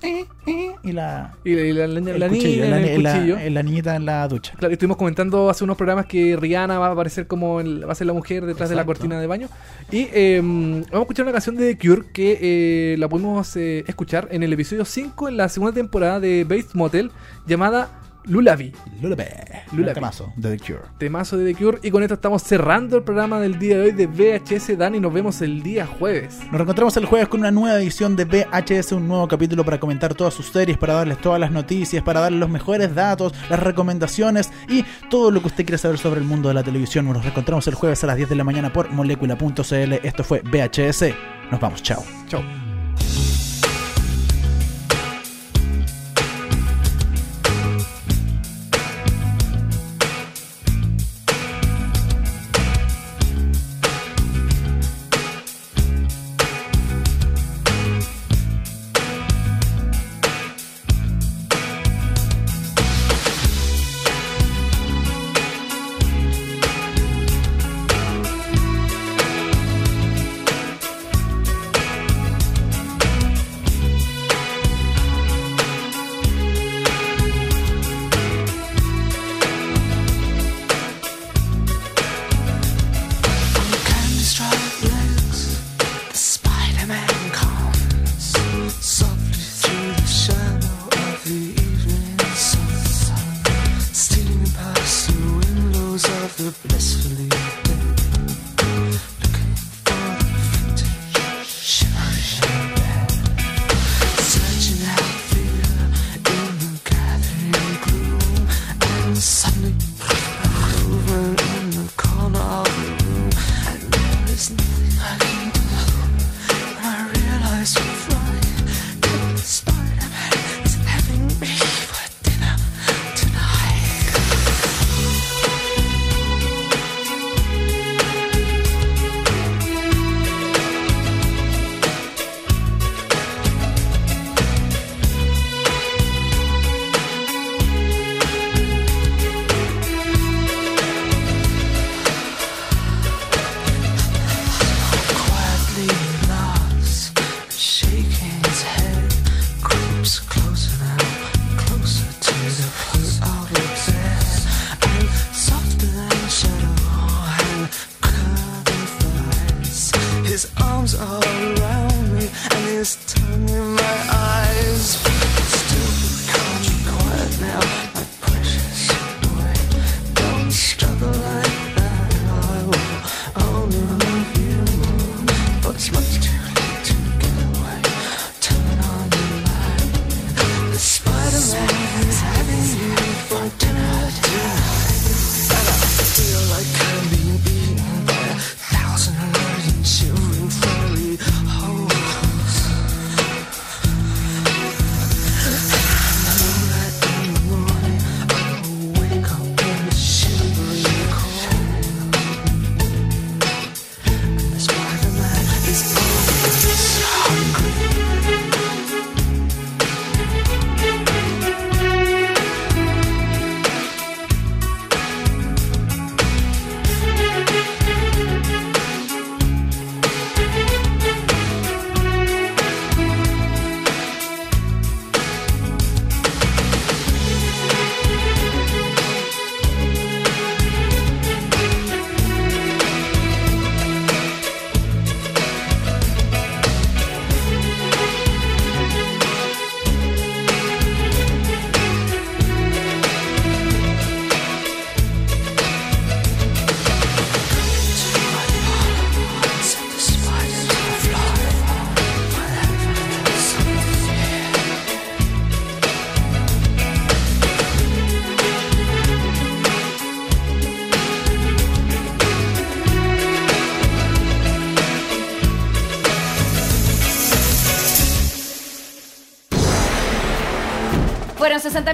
Speaker 3: Y la,
Speaker 2: Y la, y la- la-
Speaker 3: el
Speaker 2: la
Speaker 3: cuchillo,
Speaker 2: niña en
Speaker 3: la,
Speaker 2: el
Speaker 3: la- eh,
Speaker 2: cuchillo.
Speaker 3: la niñita en la ducha.
Speaker 2: Claro, estuvimos comentando hace unos programas que Rihanna va a aparecer como el- va a ser la mujer detrás de la
Speaker 3: Exacto.
Speaker 2: cortina de baño. Y eh, vamos a escuchar una canción de The Cure que eh, la pudimos eh, escuchar en el episodio 5 en la segunda temporada de Bates Motel llamada Lullaby.
Speaker 3: Lulape.
Speaker 2: Lullaby.
Speaker 3: Un temazo de The Cure.
Speaker 2: Temazo de The Cure. Y con esto estamos cerrando el programa del día de hoy de VHS Dani. Nos vemos el día jueves.
Speaker 3: Nos reencontramos el jueves con una nueva edición de VHS, un nuevo capítulo para comentar todas sus series, para darles todas las noticias, para darles los mejores datos, las recomendaciones y todo lo que usted quiere saber sobre el mundo de la televisión. Nos reencontramos el jueves a las 10 de la mañana por molecula.cl. Esto fue VHS. Nos vamos, chao.
Speaker 2: Chao.
Speaker 5: all around me and his tongue in my eyes. Still, can't you quiet now, my precious boy? Don't struggle like that. I will only love you, but it's much too late to get away. Turn on the light. The Spider-Man is having you for dinner tonight. And I feel like I'm being beaten by a thousand million children fairly holes. Know that in the morning I will wake up in a shivering cold. And the Spider-Man is always hungry.
Speaker 1: Fueron 60